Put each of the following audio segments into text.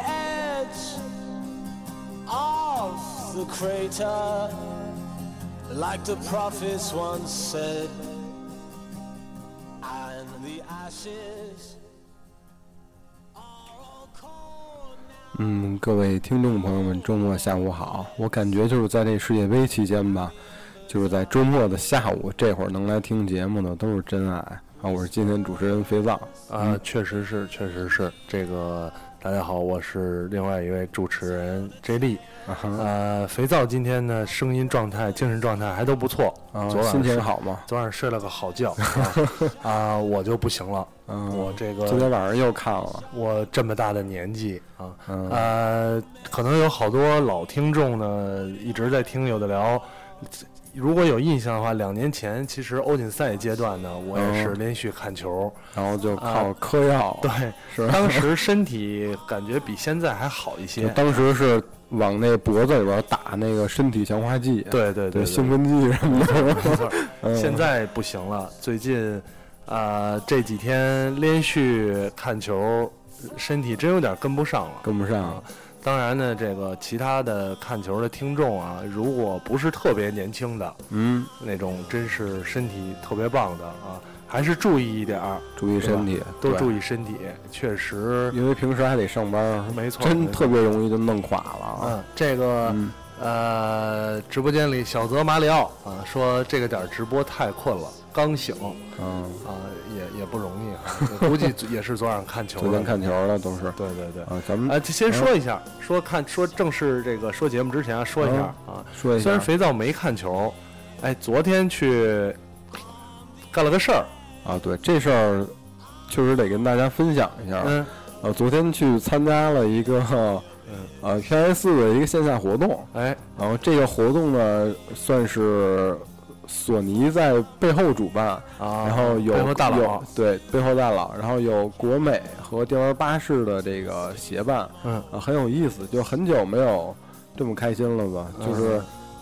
edge of the crater, like the prophets once said, and the ashes are all cold now. 嗯，各位听众朋友们，周末下午好。我感觉就是在这世界杯期间吧，就是在周末的下午这会儿能来听节目的都是真爱啊！我是今天主持人肥皂，啊，确实是，确实是这个。大家好，我是另外一位主持人 J 莉。啊哈，呃，肥皂今天呢，声音状态、精神状态还都不错。啊昨晚心情睡，好吗？昨晚睡了个好觉。 啊，啊我就不行了，嗯我这昨天个晚上又看了，我这么大的年纪啊，嗯呃，可能有好多老听众呢一直在听有的聊。如果有印象的话，两年前其实欧锦赛阶段呢，我也是嗯连续看球。然后就啊靠嗑药，对，是 吧当时身体感觉比现在还好一就些。当时是往那脖子里边打那个身体强化剂，对对对，对，兴奋剂什么的，没错。 嗯现在不行了，最近啊、这几天连续看球，身体真有点跟不上了。跟不上，当然呢，这个其他的看球的听众啊，如果不是特别年轻的嗯，那种，真是身体特别棒的啊，还是注意一点儿，啊注意身体，多注意，意身体。确实，因为平时还得上班，没错没真错特别容易就弄垮了啊。嗯，这个。嗯呃，直播间里小泽马里奥啊说这个点儿直播太困了，刚醒嗯，啊，也也不容易 啊，估计也是昨晚上看球昨的天。看球了都是对对对，啊，咱们啊，就先说一下，说看说正式这个说节目之前啊说一下啊，嗯说一虽下然肥皂没看球，哎，昨天去干了个事儿，啊，对这事儿确实得跟大家分享一下。嗯，呃，昨天去参加了一个嗯呃 PS 的一个线下活动，哎，然后这个活动呢算是索尼在背后主办，啊，然后有背后大佬有，对背后大佬，然后有国美和电玩巴士的这个协办，嗯啊，很有意思，就很久没有这么开心了吧？就是，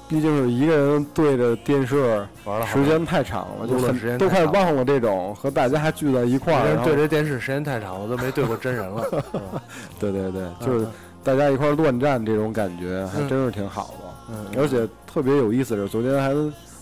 毕竟是一个人对着电视，嗯玩了好时间太长了，就录了时很间都太快长忘了这种和大家还聚在一块一儿，个然人后对这电视时间太长，我都没对过真人了。 嗯对对对，就是嗯大家一块儿乱战这种感觉，还真是挺好的。嗯，而且特别有意思的是，昨天还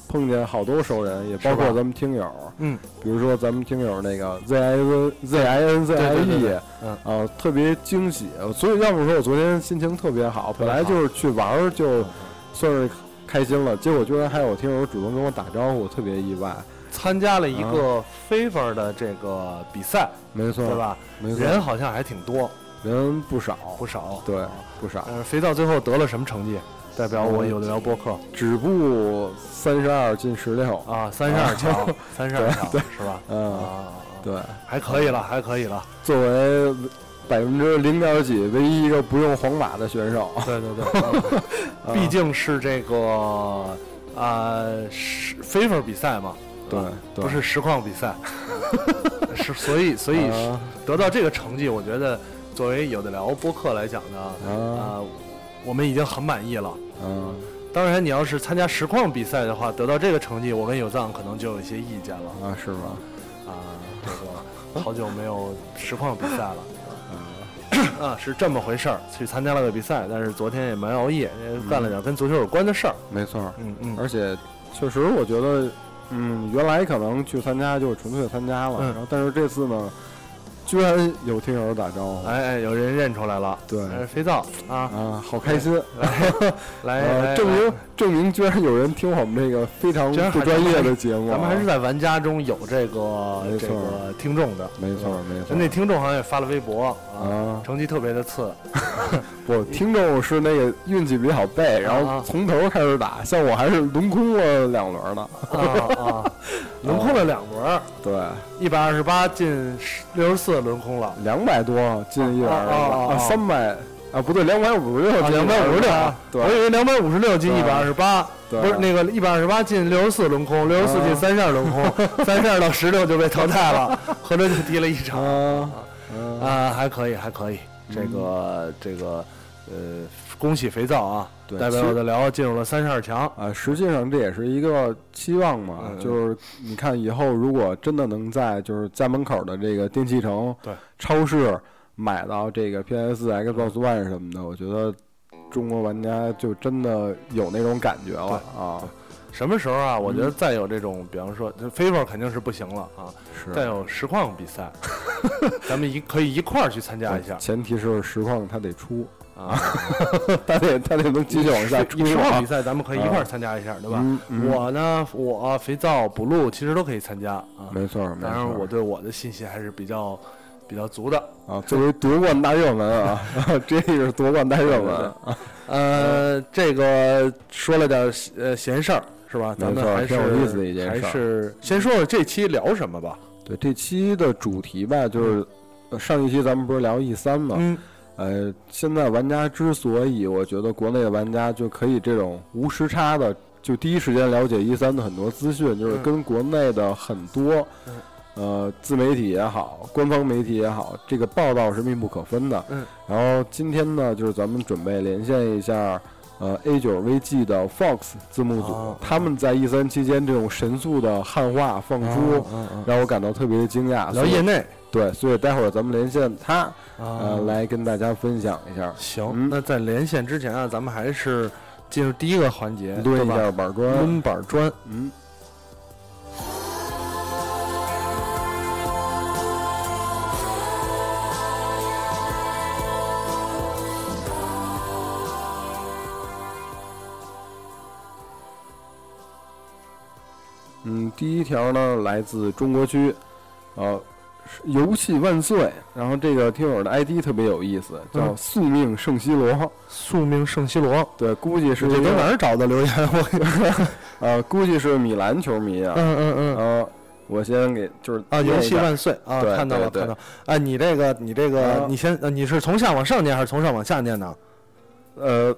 碰见好多熟人，也包括是吧咱们听友，嗯，比如说咱们听友那个 Z I N Z I N Z 对 I 对对 E 对。嗯啊，特别惊喜，所以要不说我昨天心情特别好，本来就是去玩儿就算是开心了，结果居然还有听友主动跟我打招呼，特别意外。参加了一个 FIFA 的这个比赛，啊没错，对？吧？没错，人好像还挺多，人不少，不少。对，呃不少，呃，肥皂最后得了什么成绩？代表我有的聊播 客止步三十二进十六，啊，三十二强，三十二强是吧？嗯啊，对，还可以了，还可以了。作为百分之零点几唯一一个不用黄马的选手，对对对， 嗯毕竟是这个啊，是 FIFA 比赛嘛，对，对不是实况 比赛，是所以所以啊得到这个成绩，我觉得作为有的聊播客来讲呢，啊啊，我们已经很满意了。嗯当然，你要是参加实况比赛的话，得到这个成绩，我跟有藏可能就有一些意见了啊是吗？啊。这个好久没有实况比赛了。 啊，是这么回事儿，去参加了个比赛，但是昨天也蛮熬夜，也干了点跟足球有关的事儿。没错儿，嗯嗯，而且确实我觉得，嗯，原来可能去参加就是纯粹参加了，嗯然后但是这次呢，居然有听友打招呼，哎哎，有人认出来了，对哎肥皂啊，啊，好开心，哎来呃，来，证来明证明居然有人听我们这个非常哎居然还不专业的节目啊，咱们还是在玩家中有这个没这错个听众的，没错儿没错儿，那听众好像也发了微博啊成绩特别的次，我听众是那个运气比较背，然啊后从头开始打，像我还是轮空了两轮 呢。啊啊，轮空了两轮儿，对，一百二十八进六十四轮空了，两百多进一百啊啊啊二啊三百啊，不对，两百五十六，两百五十六，对我以为两百五十六进一百二十八，对嗯不是那个一百二十八进六十四轮空，六十四进三十二轮空， 三十二到十六就被淘汰了， 合着就踢了一场啊啊，还可以，还可以，嗯这个这个呃，恭喜肥皂啊，对代表我的辽进入了三十二强。啊，实际上这也是一个期望嘛，嗯就是你看以后如果真的能在就是家门口的这个电器城、对超市买到这个 PS、Xbox One 什么的，我觉得中国玩家就真的有那种感觉了啊，什么时候啊？我觉嗯得再有这种，比方说这 favor 肯定是不行了啊，是再有实况比赛， 咱们一可以一块儿去参加一下啊前提是实况它得出，啊。 它得它得能继续往下出一实况啊比赛咱们可以一块儿参加一下，对吧嗯？嗯我呢，我肥皂、补录其实都可以参加啊。没错儿没错当然，我儿对我的信心还是比较比较足的。啊，作为夺冠大热门啊， 这是夺冠大热门啊，呃，嗯这个说了点呃闲事儿是吧？咱没们错还是挺有意思的一件事儿还是先说说这期聊什么吧。对这期的主题吧，就是呃上一期咱们不是聊 E 三嘛，嗯，呃，现在玩家之所以我觉得国内的玩家就可以这种无时差的，就第一时间了解 E 三的很多资讯，嗯就是跟国内的很多，呃，自媒体也好，官方媒体也好，这个报道是密不可分的。嗯。然后今天呢，就是咱们准备连线一下。呃，A 九 VG 的 Fox 字幕组，哦他们在 E 三期间这种神速的汉化放嗯出，让我感到特别的惊讶。聊所以业内对，所以待会儿咱们连线他，啊呃，来跟大家分享一下，行嗯，那在连线之前啊，咱们还是进入第一个环节，抡一对吧？下板砖。抡板砖，嗯，嗯，第一条呢来自中国区，呃，是游戏万岁。然后这个听友的 ID 特别有意思，叫嗯宿命圣西罗。宿命圣西罗，对，估计是这一个都哪儿找的留言？我，呃，估计是米兰球迷啊。 嗯嗯嗯然。后我先给就是啊，念游一戏下万岁啊！对看到了，对看对到了。啊，你这个，你这个，啊你先，呃你是从下往上念还是从上往下念 呢？呃，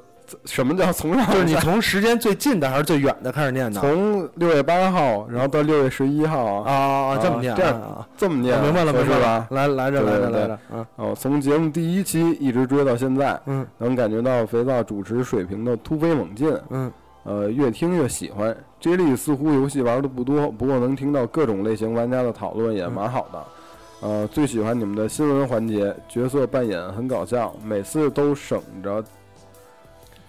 什么叫从上就是往你下 从时间最近的还是最远的开始念呢？从六月八号，然后到六月十一号啊，啊，这么念啊，这样啊，这么啊念，明白了，合明适白了吧？。来来着，对来对着，来对着，啊，哦，从节目第一期一直追到现在，嗯能感觉到肥皂主持水平的突飞猛进。嗯，呃，越听越喜欢。J 莉似乎游戏玩的不多，不过能听到各种类型玩家的讨论也蛮好的。呃，最喜欢你们的新闻环节，角色扮演很搞笑，每次都省着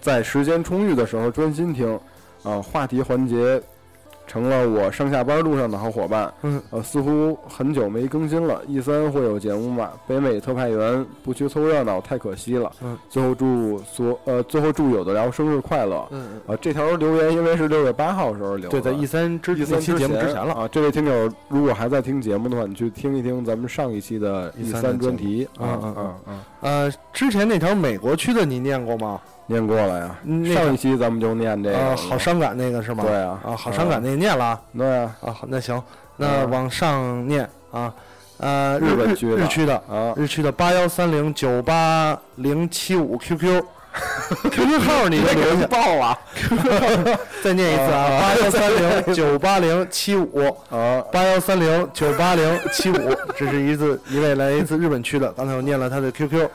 在时间充裕的时候专心听。啊、话题环节成了我上下班路上的好伙伴。嗯，呃，似乎很久没更新了。E 三会有节目吗？北美特派员不去凑热闹太可惜了。嗯，最后祝所呃，最后祝有的聊生日快乐。嗯，啊，这条留言因为是六月八号时候留的，对，在 E 三之一那期节目之前了。啊。这位听友如果还在听节目的话，你去听一听咱们上一期的 E 13三专题的节目啊嗯啊嗯啊，呃，之前那条美国区的你念过吗？念过了呀。嗯那个上一期咱们就念这啊，个，好伤感那个是吗？对啊啊，好伤感那个念了啊。对啊啊，好，那行，那嗯往上念啊，呃，日本区日的日区的啊，日区的八幺三零九八零七五 QQ。QQ 号你再留下，爆了再念一次啊，八幺三零九八零七五，啊！八幺三零九八零七五，这是一次一位来一次日本区的，刚才我念了他的 QQ，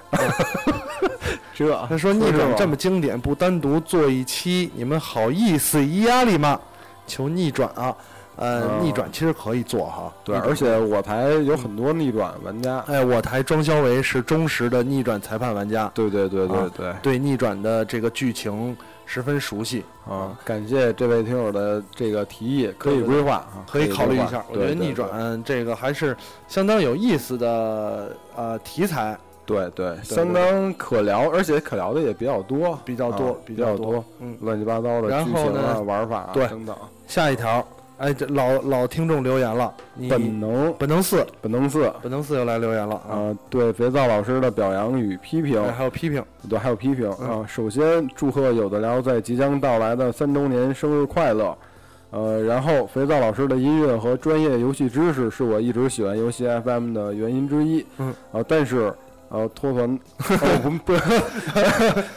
这他说逆转这么么经典，不单独做一期，你们好意思依压力吗？求逆转啊，呃，嗯逆转其实可以做哈，对，逆转而且我台有很多逆转玩家，哎，我台庄肖维是忠实的逆转裁判玩家，对对对对啊对对逆转的这个剧情十分熟悉，啊！感谢这位听友的这个提议，可以对对对规划啊，可以考虑一下。规划我觉得对对逆对转这个还是相当有意思的呃题材对对，相当可聊，而且可聊的也比较多，比较多啊，比较多，嗯，乱七八糟的然剧后情啊、呢玩法啊对等等。下一条，哎，这老老听众留言了，你本能本能四本能四本能四又来留言了啊，啊，对肥皂老师的表扬与批评哎，还有批评，对，还有批评啊嗯。首先祝贺有的聊在即将到来的三周年生日快乐。呃，然后肥皂老师的音乐和专业游戏知识是我一直喜欢游戏 FM 的原因之一。嗯，啊，但是啊、然后脱团，哦不不，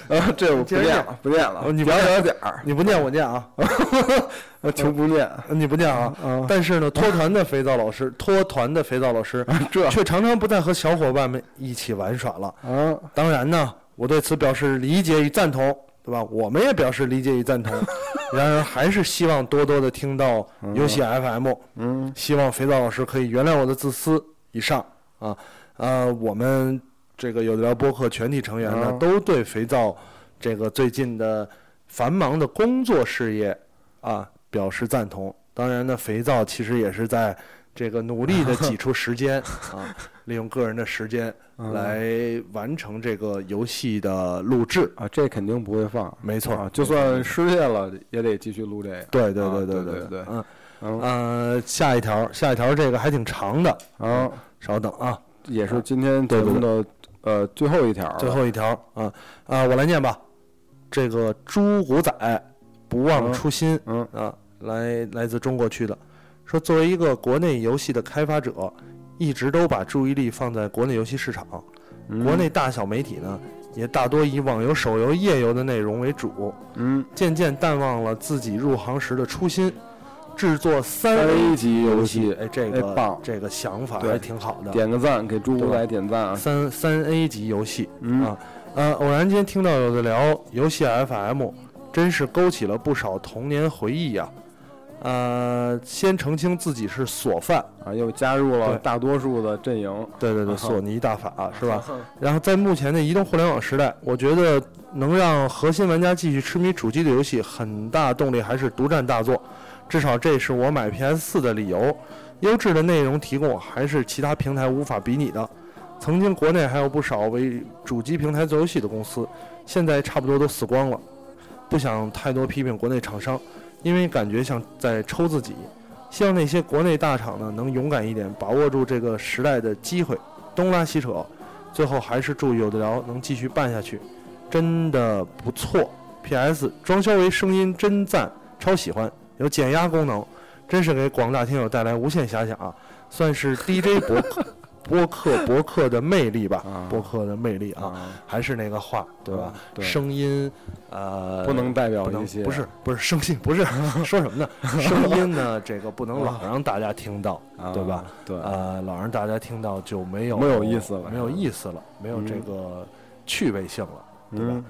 然后这我不念了，不念了，哦你不点念儿点儿点儿，你不念我念啊，呃求不念，你不念啊。嗯但是呢，脱团的肥皂老师，脱团的肥皂老师这却常常不再和小伙伴们一起玩耍了。啊，当然呢，我对此表示理解与赞同，对吧？我们也表示理解与赞同。然而，还是希望多多的听到游戏 FM。嗯，希望肥皂老师可以原谅我的自私。以上啊，呃，我们这个有的聊播客全体成员呢，嗯都对肥皂这个最近的繁忙的工作事业啊表示赞同。当然呢，肥皂其实也是在这个努力的挤出 时间啊，利用个人的时间嗯来完成这个游戏的录制。啊，这肯定不会放，没错啊就算失业了也得继续录这个，对对啊对对对对，嗯嗯，呃，下一条，下一条这个还挺长的，然后稍等啊，也是今天节目的呃最后一条了，最后一条啊啊，我来念吧。这个朱古仔不忘初心，嗯啊，来来自中国区的，说作为一个国内游戏的开发者，一直都把注意力放在国内游戏市场，嗯国内大小媒体呢也大多以网游、手游、页游的内容为主，嗯渐渐淡忘了自己入行时的初心，制作三 A A 级游戏，哎，这哎个棒这个想法对还挺好的，点个赞，给朱古仔点赞啊，三三 A 级游戏、嗯啊，呃，偶然间听到有的聊游戏 FM，真是勾起了不少童年回忆呀、呃，先澄清自己是索饭，啊，又加入了对大多数的阵营，对对对，啊哈啊索尼大法、是吧？然后在目前的移动互联网时代，我觉得能让核心玩家继续痴迷主机的游戏，很大动力还是独占大作，至少这是我买 PS 4的理由。优质的内容提供还是其他平台无法比拟的。曾经国内还有不少为主机平台做游戏的公司，现在差不多都死光了。不想太多批评国内厂商，因为感觉像在抽自己。希望那些国内大厂呢能勇敢一点，把握住这个时代的机会，东拉西扯，最后还是祝有的聊能继续办下去，真的不错。P.S. 装修为声音真赞，超喜欢，有减压功能，真是给广大听友带来无限遐想啊！算是 DJ 博 客播客博客的魅力吧，啊博客的魅力啊，啊，还是那个话，对吧？对声音，呃，啊不能代表不能一些，不是不是声音不 是说什么呢？声音呢，这个不能老让大家听到，啊对吧？？对，呃，老让大家听到就没有没有意思了没有意思了，没有这嗯个趣味性了。对吧嗯，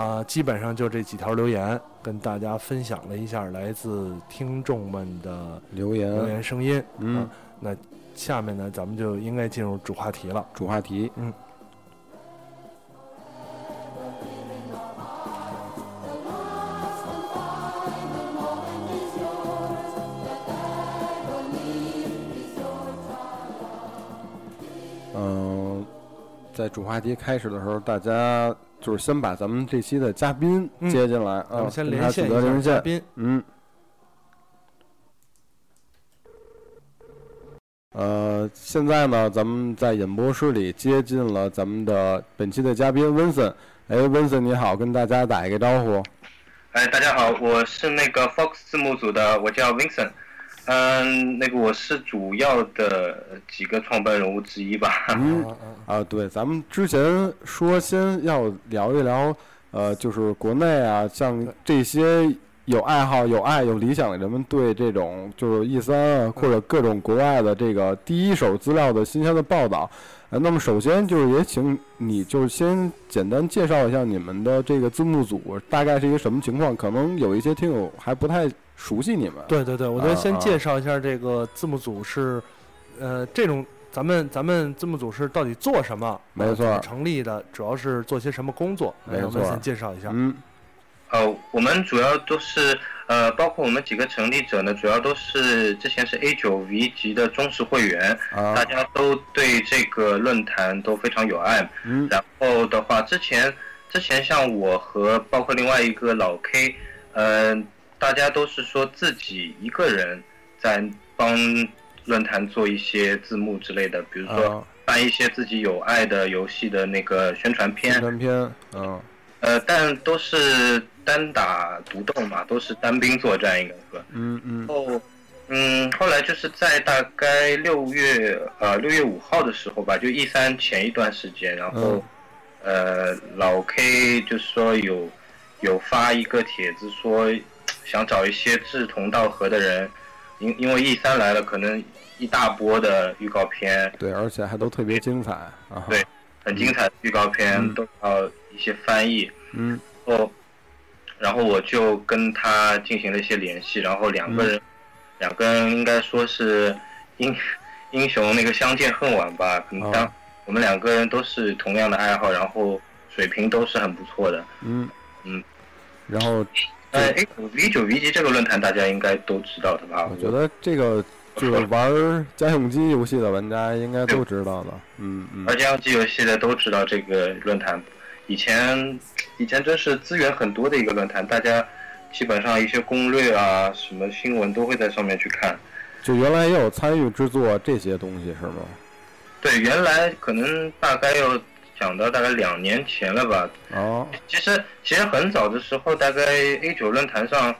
啊、基本上就这几条留言跟大家分享了一下来自听众们的留留言，言声音。嗯啊，那下面呢，咱们就应该进入主话题了。主话题，嗯。嗯，在主话题开始的时候，大家就是先把咱们这期的嘉宾嗯接进来咱啊，们先跟连他线取得一连下嘉线，宾。嗯。呃，现在呢，咱们在演播室里接近了咱们的本期的嘉宾温森。哎，温森你好，跟大家打一个招呼。哎，大家好，我是那个 Fox 字幕组的，我叫 Vincent，嗯，那个我是主要的几个创办人物之一吧。 嗯啊啊啊，对，咱们之前说先要聊一聊，呃，就是国内啊，像这些有爱好、有爱、有理想的人们对这种就是 E 三啊，或者各种国外的这个第一手资料的新鲜的报道。呃，那么首先就是也请你就是先简单介绍一下你们的这个字幕组大概是一个什么情况，可能有一些听友还不太熟悉你们。对对对，我觉得啊先啊介绍一下这个字幕组是，呃，这种咱们咱们字幕组是到底做什么？没呃错怎么成立的主要是做些什么工作？没让我们错先介绍一下。嗯呃，我们主要都是呃，包括我们几个成立者呢，主要都是之前是 A 九 V 级的忠实会员，啊大家都对这个论坛都非常有爱。嗯然后的话，之前之前像我和包括另外一个老 K，嗯、大家都是说自己一个人在帮论坛做一些字幕之类的，比如说啊，办一些自己有爱的游戏的那个宣传片，宣传片啊呃，但都是单打独斗嘛，都是单兵作战，应该说。嗯嗯然后，嗯，后来就是在大概六月呃六月五号的时候吧，就 E 三前一段时间，然嗯后、呃老 K 就说有有发一个帖子说想找一些志同道合的人，因因为 E 三来了，可能一大波的预告片，对，而且还都特别精彩啊。对很精彩的预告片、都要一些翻译，嗯，后，然后我就跟他进行了一些联系，然后两个嗯人，两个人应该说是英英雄那个相见恨晚吧，可能当、哦我们两个人都是同样的爱好，然后水平都是很不错的。嗯嗯，然后但呃 A 九 V 九 V 级这个论坛大家应该都知道的吧？我觉得这个就是玩家用机游戏的玩家应该都知道的，嗯嗯而，且 L G 游戏的都知道这个论坛，以前以前真是资源很多的一个论坛，大家基本上一些攻略啊、什么新闻都会在上面去看。就原来也有参与制作这些东西是吗？对，原来可能大概要讲到大概两年前了吧。哦，其实其实很早的时候，大概 A 九论坛上，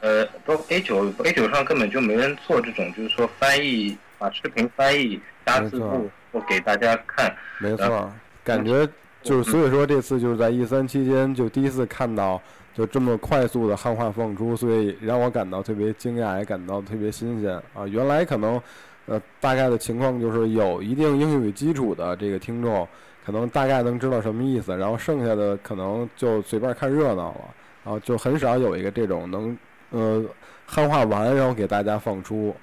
呃，包括 A 九 A 九上根本就没人做这种，就是说翻译把视频翻译加字没幕，或给大家看。没错，感觉就是所以说这次就是在 E 三期间就第一次看到就这么快速的汉化放出，所以让我感到特别惊讶，也感到特别新鲜啊！原来可能呃大概的情况就是有一定英语基础的这个听众，可能大概能知道什么意思，然后剩下的可能就随便看热闹了，然、后就很少有一个这种能呃汉化完然后给大家放出，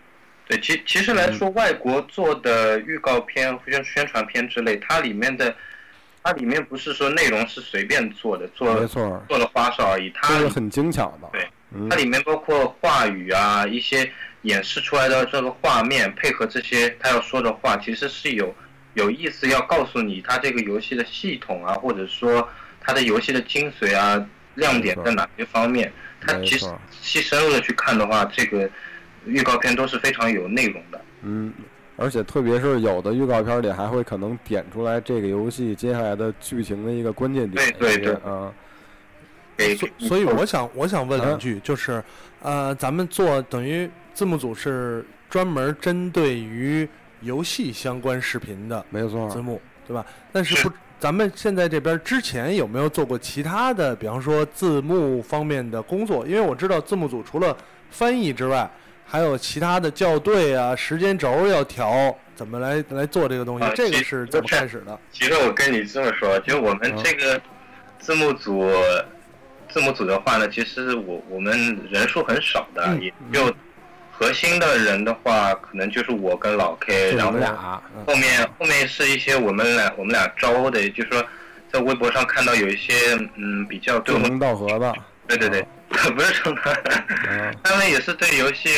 对，其其实嗯来说，外国做的预告片、宣宣传片之类，它里面的，它里面不是说内容是随便做的，没做错，做了花哨而已，这它是很精巧的，对嗯它里面包括话语啊，一些演示出来的这个画面，配合这些他要说的话，其实是有有意思要告诉你它这个游戏的系统啊，或者说它的游戏的精髓啊，亮点在哪些方面。它没其实错细深入的去看的话，这个预告片都是非常有内容的。嗯，而且特别是有的预告片里还会可能点出来这个游戏接下来的剧情的一个关键点。对对一个对啊，给所所以我想我想问两句，就是呃，咱们做等于字幕组是专门针对于游戏相关视频的没错字。幕，对吧？但是不，咱们现在这边之前有没有做过其他的，比方说字幕方面的工作？因为我知道字幕组除了翻译之外，还有其他的校对啊、时间轴要调，怎么来来做这个东西啊？这个其是怎么开始的？ 其实我跟你这么说，就我嗯们这个字幕组，字幕组的话呢，其实我我们人数很少的，嗯也就核心的人的话，可能就是我跟老 K，就然我后们俩，后面后面是一些我们俩我们俩招的，就是说在微博上看到有一些嗯比较志对我们同道合 的。对对对，嗯 不是正常人，啊， 他们也是对游戏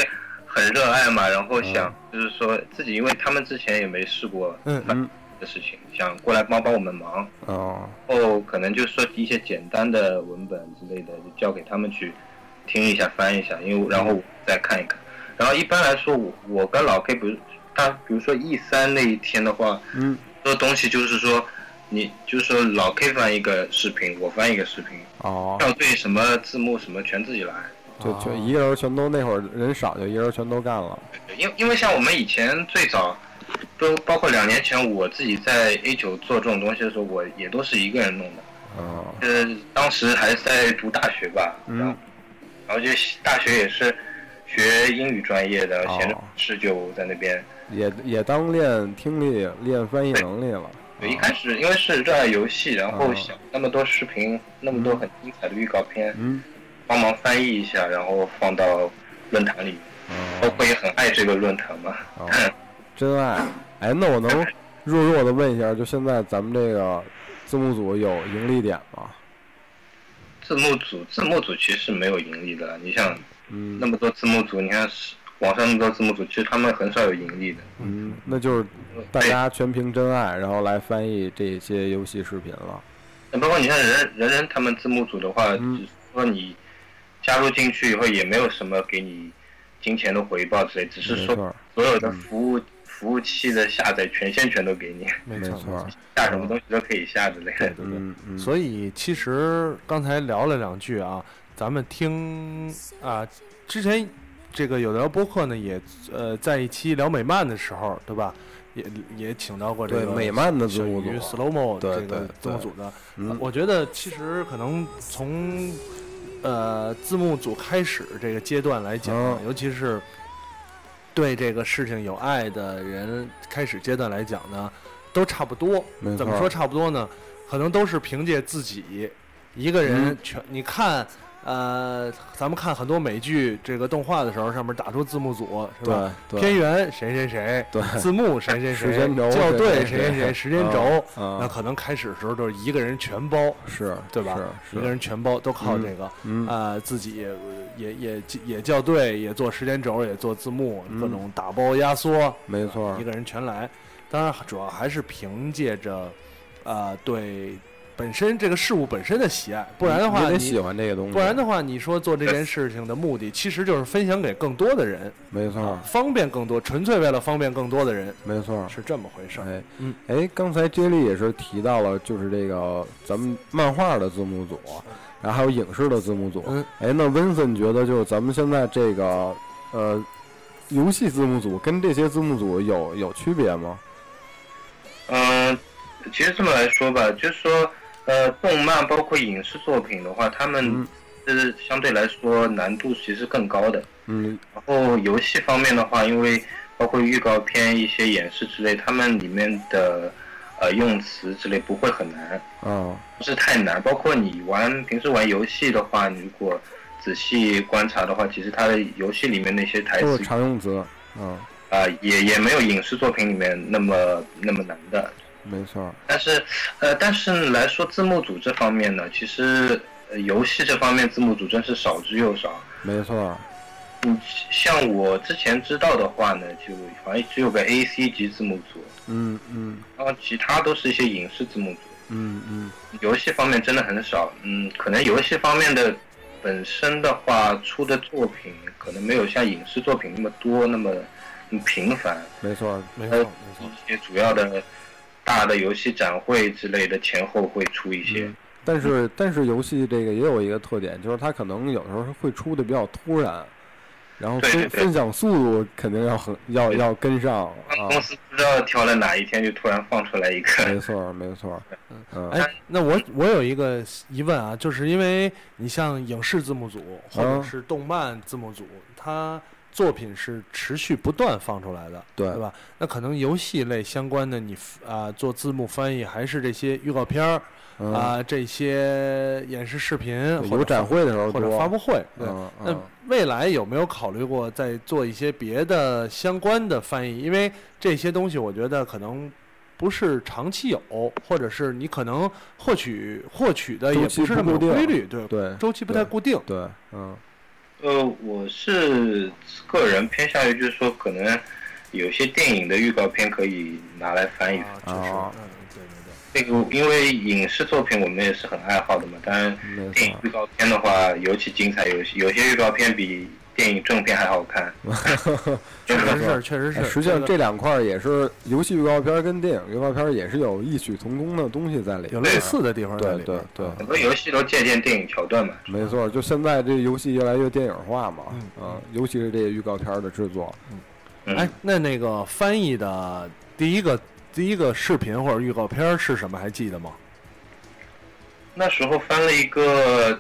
很热爱嘛，然后想就是说自己，因为他们之前也没试过嗯嗯的事情，想过来帮帮我们忙。哦，然后可能就说一些简单的文本之类的，就交给他们去听一下、翻一下，因为然后我再看一看。然后一般来说，我我跟老 K，比如他，比如说 E 三那一天的话，嗯，这东西就是说，你就是说老 K 翻一个视频，我翻一个视频，哦，校对什么字幕什么全自己来。就就一个人全都那会儿人少，就一个人全都干了。因因为像我们以前最早，都包括两年前我自己在 A 九做这种东西的时候，我也都是一个人弄的。啊，呃，当时还在读大学吧，然后嗯，然后就大学也是学英语专业的，哦闲着没事就在那边。也也当练听力、练翻译能力了。对，啊一开始因为是热爱游戏，然后哦想那么多视频，那么多很精彩的预告片，嗯，帮忙翻译一下，然后放到论坛里，包哦括也很爱这个论坛嘛。哦，真爱。哎，那我能弱弱的问一下，就现在咱们这个字幕组有盈利点吗？ 字幕组，字幕组其实没有盈利的，你想嗯，那么多字幕组，你看是网上那么多字幕组，其实他们很少有盈利的。嗯，那就是大家全凭真爱，然后来翻译这些游戏视频了。那包括你看人人人他们字幕组的话，嗯只是说你加入进去以后也没有什么给你金钱的回报之类，只是没说错，嗯所有的服务、服务器的下载权限全都给你， 没没错。，下哦什么东西都可以下之类的。 对对。嗯嗯，所以其实刚才聊了两句啊，咱们听啊，之前这个有聊播客呢，也呃在一期聊美漫的时候，对吧？也也请到过这对个美漫的字小幕组于 Slowmo 啊对这对个字幕对组的，嗯呃我觉得其实可能从呃字幕组开始这个阶段来讲，嗯尤其是对这个事情有爱的人开始阶段来讲呢，都差不多。没错怎么说差不多呢？可能都是凭借自己一个人嗯全。你看，呃，咱们看很多美剧这个动画的时候，上面打出字幕组是吧？对对片源谁谁谁，对 字幕谁谁谁，时间轴校谁谁对谁谁谁谁，时间嗯轴。嗯那可能开始的时候就是一个人全包，是对吧？是一个是人全包都靠这个，嗯呃，自己也也也也校对，也做时间轴，也做字幕，嗯各种打包压缩，没错一个人全来。当然，主要还是凭借着，呃，对本身这个事物本身的喜爱，不然的你话，得喜你欢这个东西，不然的话，你说做这件事情的目的，其实就是分享给更多的人，没错啊，方便更多，纯粹为了方便更多的人，没错是这么回事儿。哎，嗯，哎，刚才 J 莉也是提到了，就是这个咱们漫画的字幕组，啊然后还有影视的字幕组。嗯，哎，那温森觉得就是咱们现在这个呃，游戏字幕组跟这些字幕组有有区别吗？嗯，其实这么来说吧，就是说，呃，动漫包括影视作品的话，他嗯们是相对来说难度其实更高的。嗯，然后游戏方面的话，因为包括预告片、一些演示之类，他们里面的呃用词之类不会很难，啊，不是太难。包括你玩平时玩游戏的话，你如果仔细观察的话，其实它的游戏里面那些台都词是常用词。嗯，啊、也也没有影视作品里面那么那么难的。没错儿。但是，呃，但是来说字幕组这方面呢，其实、呃游戏这方面字幕组真是少之又少。没错儿，嗯，像我之前知道的话呢，就好像只有个 A C 级字幕组，嗯嗯然后其他都是一些影视字幕组。嗯嗯，游戏方面真的很少，嗯，可能游戏方面的本身的话出的作品，可能没有像影视作品那么多，那么那么频繁。没错儿，没错，呃没嗯错。一些主要的大的游戏展会之类的前后会出一些。但是但是游戏这个也有一个特点，就是它可能有时候会出的比较突然，然后对分对对分享速度肯定要很要要跟上啊 公。司不知道挑了哪一天就突然放出来一没个，错儿没错儿，嗯，哎，那我我有一个疑问啊，就是因为你像影视字幕组或者嗯是动漫字幕组，它作品是持续不断放出来的，对吧？那可能游戏类相关的你，啊做字幕翻译还是这些预告片儿嗯啊、这些演示视频有或者展会的时候或者多发布会，对。嗯那嗯未来有没有考虑过再做一些别的相关的翻译？因为这些东西我觉得可能不是长期有，或者是你可能获取获取的也周期不是那么有不固定规律，对，对周期不太固定。对嗯呃，我是个人偏向于就是说，可能有些电影的预告片可以拿来翻译。啊，确实，啊嗯，对对那个因为影视作品我们也是很爱好的嘛，当然没电影错预告片的话尤其精彩，有些有些预告片比电影正片还 好看。对，确实是，确实哎是。实际上这这两块儿也是游戏预告片儿跟电影预告片儿也是有异曲同工的东西在里个有边。类似的地方在对里嗯对边，对，很多游戏都借鉴电影桥段嘛。没错儿，就现在这游戏越来越电影化嘛，嗯，尤其是这预告片儿的制作，嗯、哎，那那个翻译的第一个第一个视频或者预告片儿是什么？还记得吗？那时候翻了一个《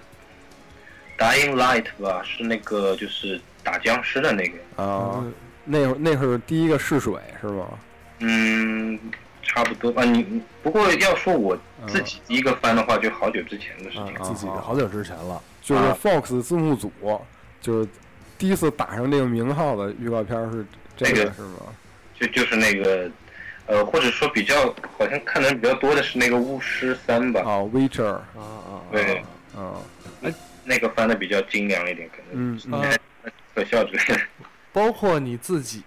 Dying Light》吧，是那个就是打僵尸的那个，啊，那会儿那会儿第一个试水是吗？嗯，差不多啊。你你不过要说我自己第一个翻的话，就好久之前的事情。啊，自己的好久之前了。就是 Fox 啊字幕组，就是第一次打上这个名号的预告片儿是这这个个是吗？就就是那个，呃，或者说比较好像看的比较多的是那个《巫师三》吧，啊，Witcher，啊啊啊！对，嗯那个翻的比较精良一点，可能嗯之嗯前特效之类的。包括你自己，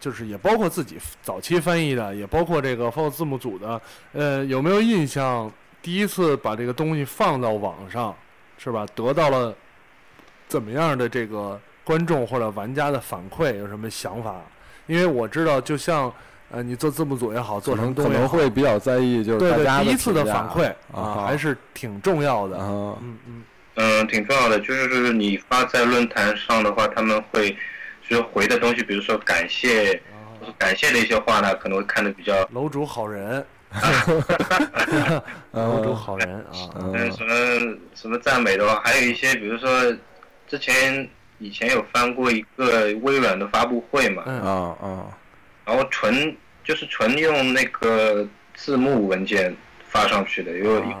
就是也包括自己早期翻译的，也包括这个放字幕组的，呃，有没有印象？第一次把这个东西放到网上，是吧？得到了怎么样的这个观众或者玩家的反馈？有什么想法？因为我知道，就像呃，你做字幕组也好，做可什能么可东西也能好，会比较在意就是对大家对，第一次的评价反馈啊，还是挺重要的。啊嗯嗯嗯，挺重要的，就是你发在论坛上的话，他们会就是回的东西，比如说感谢，就是感谢的一些话呢，可能会看的比较，楼主好人，楼主嗯好人啊，嗯，什么什么赞美的话，还有一些，比如说之前以前有翻过一个微软的发布会嘛，嗯啊啊 然后纯就是纯用那个字幕文件发上去的，因为、啊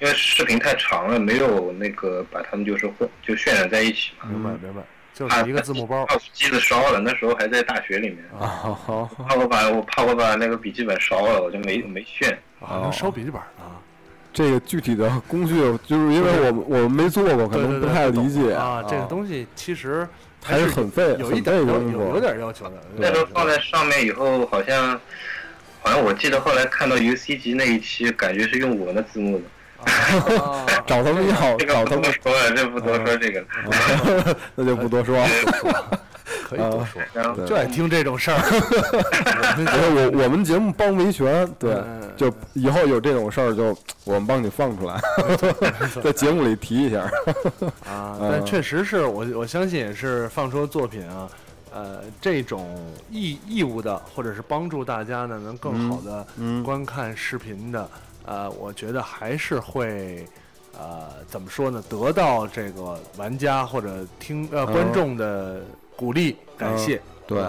因为视频太长了，没有那个把它们就是混就渲染在一起嘛。明白嗯明白，就啊嗯是一个字幕包把我机子烧了，那时候还在大学里面，啊！好，怕我把我怕我把那个笔记本烧了，我就没没炫。啊，能烧笔记本呢，这个具体的工具，就是因为我 们我们没做过，可对对能不对，太懂理解啊，这个东西其实还是很费，有一很费点有功有有夫。点要求的，那时候放在上面以后，好像好像我记得后来看到 UC 级那一期，感觉是用我的字幕的。找他们要，这个找他不多们，说了，这不多说这个了。嗯 那就不多说了。可以多啊说，然后就爱听这种事 儿。我们我我们节目帮维权，对嗯嗯，就以后有这种事儿，就我们帮你放出来， 在节目里提一下。啊，嗯但确实是我我相信也是放出的作品啊，呃，这种义义务的或者是帮助大家呢能更好的嗯观看视频的，呃，我觉得还是会。呃，怎么说呢？得到这个玩家或者听呃嗯观众的鼓励、感谢，对，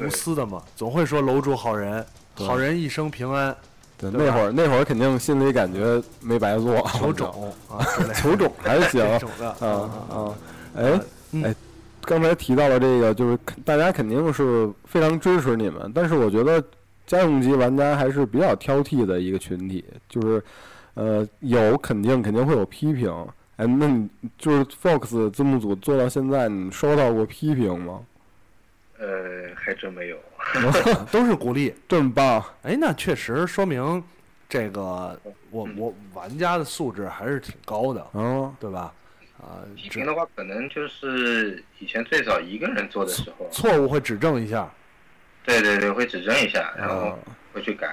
无私的嘛，总会说楼主好人，好人一生平安，对，对吧那会儿那会儿肯定心里感觉没白做，求种啊之类的，求种还 行这种的啊啊！哎嗯哎，刚才提到了这个，就是肯大家肯定是非常支持你们，但是我觉得家用机玩家还是比较挑剔的一个群体，就是呃有肯定肯定会有批评。哎，那你就是 Fox 字幕组做到现在，你收到过批评吗？呃，还真没有。啊都是鼓励。这么棒，哎，那确实说明这个我我玩家的素质还是挺高的，哦，对吧？啊、批评指的话，可能就是以前最早一个人做的时候，错误会指正一下，对对对，会指正一下，然后啊会去改。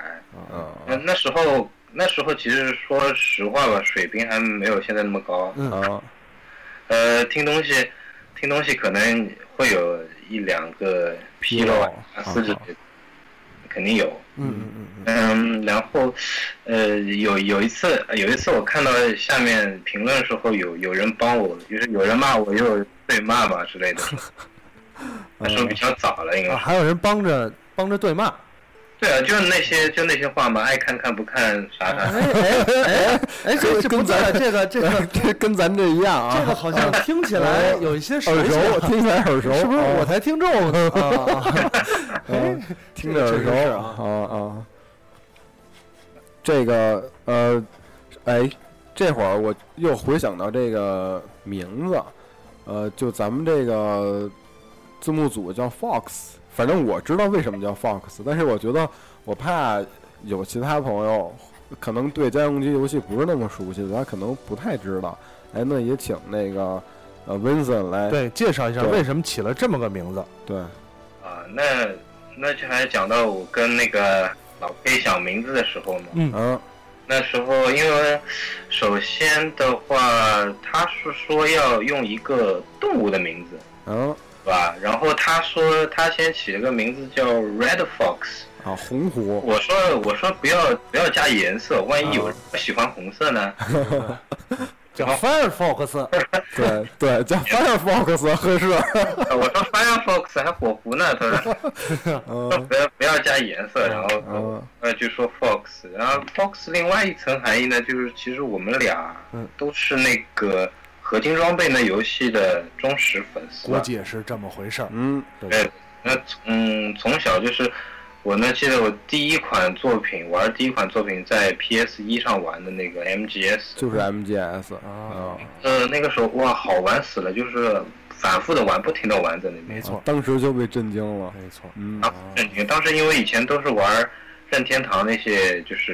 啊那那时候那时候其实说实话吧，水平还没有现在那么高。嗯啊呃，听东西听东西可能会有一两个纰漏啊纰漏私自啊肯定有。嗯嗯嗯，然后，呃，有有一次，有一次我看到下面评论时候有有人帮我，就是有人骂我，也有人对骂吧之 类的。那时候比较早了，应啊，该。还有人帮着帮着对骂，对啊，就那些就那些话嘛，爱看看不看啥啥。嗯哎，这这不对，这个这 个这 跟咱这一样啊，这个好像听起来哦有一哦些熟耳悉，熟，听起来耳熟，是不是啊我台听众 啊？听着耳熟啊啊。这个呃，哎，这会儿我又回想到这个名字，呃，就咱们这个字幕组叫 Fox，反正我知道为什么叫 Fox，但是我觉得我怕有其他朋友可能对家用机游戏不是那么熟悉的，他可能不太知道。哎，那也请那个呃 Vincent 来对，介绍一下对为什么起了这么个名字。对啊，那那就还讲到我跟那个老 K 想名字的时候嘛。嗯那时候因为首先的话，他是说要用一个动物的名字。嗯是吧？然后他说他先起了个名字叫 Red Fox，啊红狐。我说我说不要不要加颜色，万一有人不喜欢红色呢？叫 Firefox，对对，叫 Firefox 合适。我说 Firefox 还火狐呢，他说嗯不要不要加颜色，然后嗯呃就说 Fox，然后 Fox 另外一层含义呢，就是其实我们俩都是那个合金装备那游戏的忠实粉丝啊吧，估计也是这么回事儿。嗯对，那嗯，从小就是我呢，记得我第一款作品玩第一款作品在 PS 一上玩的那个 MGS，就是 MGS 啊，呃，那个时候哇，好玩死了，就是反复的玩，不停的玩在那边，没错，啊当时就被震惊了。没错，嗯啊，震惊！当时因为以前都是玩任天堂那些就是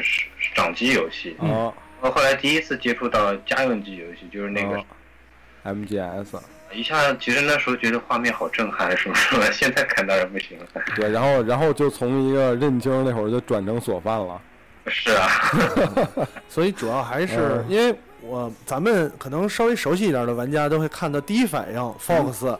掌机游戏，啊哦然后后来第一次接触到家用机游戏，就是那个。哦啊，MGS 一下，其实那时候觉得画面好震撼，什么什么， 现在看当然不行了。 对，然后然后就从一个认清那会儿就转成索饭了。是啊，所以主要还是嗯因为我咱们可能稍微熟悉一点的玩家都会看到第一反应 Fox，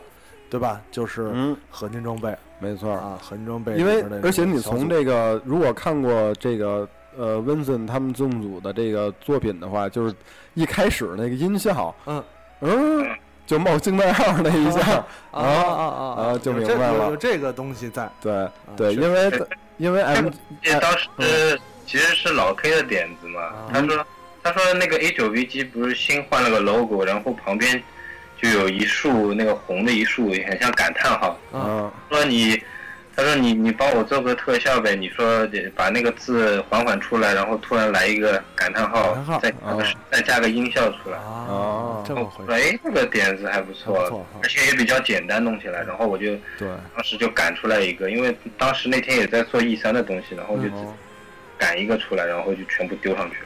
对吧？就是嗯，合金装备没错儿。啊，合金装备里因为边的那种小组。而且你从这个如果看过这个呃温森他们纵组的这个作品的话，就是一开始那个音效，嗯嗯，就冒惊叹号那一下，啊啊啊啊就有明这白有了有这个东西在，对对，是因为因为 M 啊这当嗯时其实是老 K 的点子嘛，他说他说那个 A 九 V 机不是新换了个 logo，然后旁边就有一束那个红的一束，也很像感叹号。啊说你，他说你你帮我做个特效呗，你说得把那个字缓缓出来，然后突然来一个感叹号，感叹号再加个、再加个音效出来。啊，这然么回后事我说，哎，这个点子还不错，还不错而且也比较简单弄起来。然后我就对当时就赶出来一个，因为当时那天也在做 E 三的东西，然后就自己赶一个出来，然后就全部丢上去了，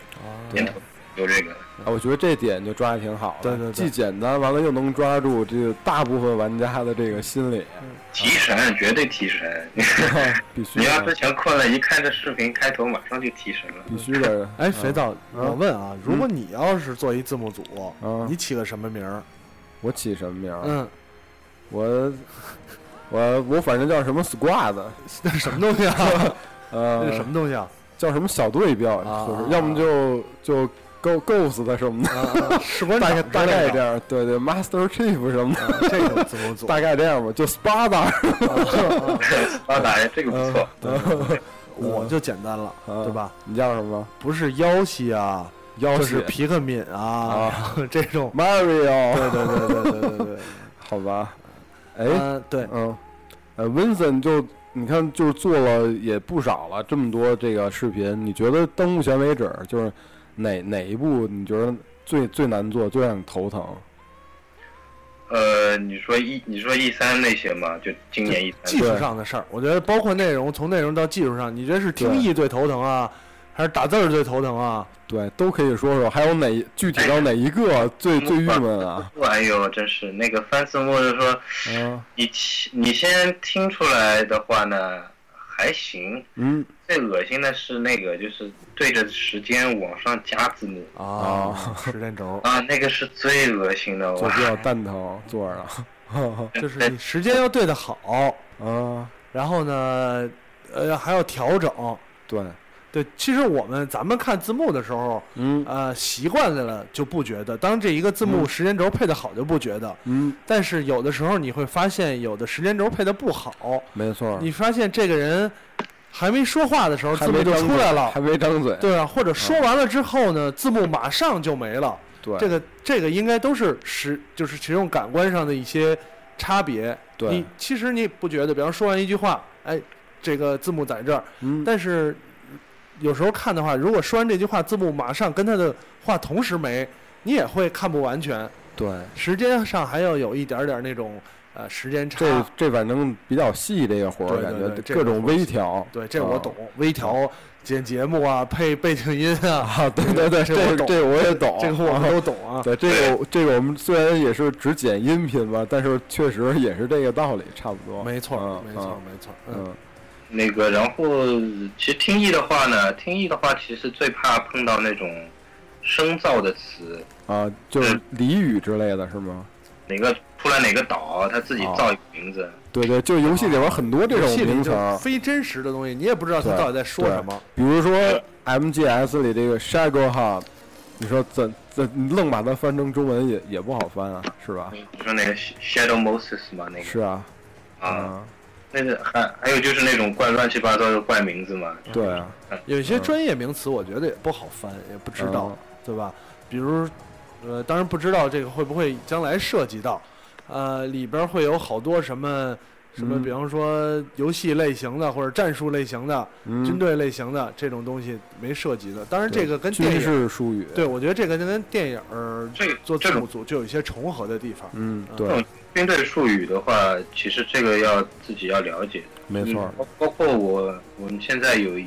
年头丢这个。啊我觉得这点就抓的挺好的，对对对既简单，完了又能抓住这个大部分玩家的这个心理，提神，绝对提神！ 必须你要之的，前困了，一看这视频开头，马上就提神了。必须的。哎，肥皂，我问啊，如果你要是做一字幕组，嗯你起个什么名儿？我起什么名儿？嗯，我我我反正叫什么 squad，那嗯 什么东西啊？那呃，什么东西啊？叫什么小队比较啊合啊适，啊要么就就 Go Ghost 的什么的，士官嗯大概 长大概这样，样，对对，Master Chief 什么的，这种字幕组大概这样吧，就 Spada，发达，这个不错。我就简单了，嗯对吧？你叫什么不是妖系啊，妖就系是皮克敏啊，这种。 ？Mario，对对对对对对对。好吧， 哎，嗯，对，嗯，呃，Vincent 就你看，就是做了也不少了，这么多这个视频，你觉得到目前为止，就是哪哪一部你觉得最最难做，最让你头疼？呃，你说 E，你说 E 三那些嘛，就今年 E 技三，术上的事儿，我觉得包括内容，从内容到技术上，你觉得是听对译最头疼啊，还是打字儿最头疼啊？对，都可以说说，还有哪具体到哪一个最最郁闷啊？哎呦，真是那个翻字幕就说，嗯你起你先听出来的话呢，还行。嗯最恶心的是那个，就是对着时间往上加字幕啊，时间轴，啊，那个是最恶心的。就哇比，较蛋疼，坐着 啊，就是你时间要对的好，啊，然后呢，呃，还要调整。对，对，其实我们咱们看字幕的时候，嗯呃，习惯了就不觉得，当这一个字幕时间轴配的好就不觉得。嗯，但是有的时候你会发现，有的时间轴配的不好，没错，你发现这个人还没说话的时候，还字没幕就张出来嘴了还。没张嘴，对啊，或者说完了之后呢，字幕马上就没了。对，这个这个应该都是使就是使用感官上的一些差别。对你其实你不觉得，比方说完一句话，哎，这个字幕在这儿，嗯但是有时候看的话，如果说完这句话，字幕马上跟他的话同时没，你也会看不完全，对，时间上还要有一点点那种呃时间差。这这反正比较细这个活儿，对对感对觉这各个种活儿微调。对，这我啊懂，微调剪节目啊，配背景音啊，啊， 对对对，这这个我懂这个我也懂，这个我们都懂啊。对这个这个我们虽然也是只剪音频吧，但是确实也是这个道理，差不多。没错儿，嗯没错儿，嗯没错儿。嗯，嗯，那个，然后其实听译的话呢，听译的话其实最怕碰到那种声噪的词，嗯啊，就是俚语之类的是吗？哪个出来哪个岛，他自己哦造一个名字。对对，就游戏里边很多这游种戏里名就词儿，非真实的东西，你也不知道他对到底在说什么。比如说 MGS 里这个 Shago h u b 你说怎怎你愣把它翻成中文也也不好翻啊，是吧？你说那个 Shadow Moses 嘛，那个是啊，啊，啊，那个还还有就是那种怪乱七八糟的怪名字嘛，对啊，有一些专业名词，我觉得也不好翻，也不知道嗯，对吧？比如，呃，当然不知道这个会不会将来涉及到，呃，里边会有好多什么什么，嗯比方说游戏类型的，或者战术类型的、军嗯，队类型的这种东西没涉及的。当然，对这个跟电军影，事术语，对我觉得这个就跟电影儿这个做字这幕种组就有一些重合的地方。嗯，这对种，军队术语的话，其实这个要自己要了解。没错儿嗯，包包括我我们现在有一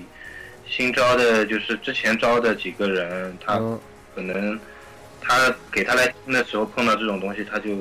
新招的，就是之前招的几个人，他嗯，可能他给他来听的时候碰到这种东西，他就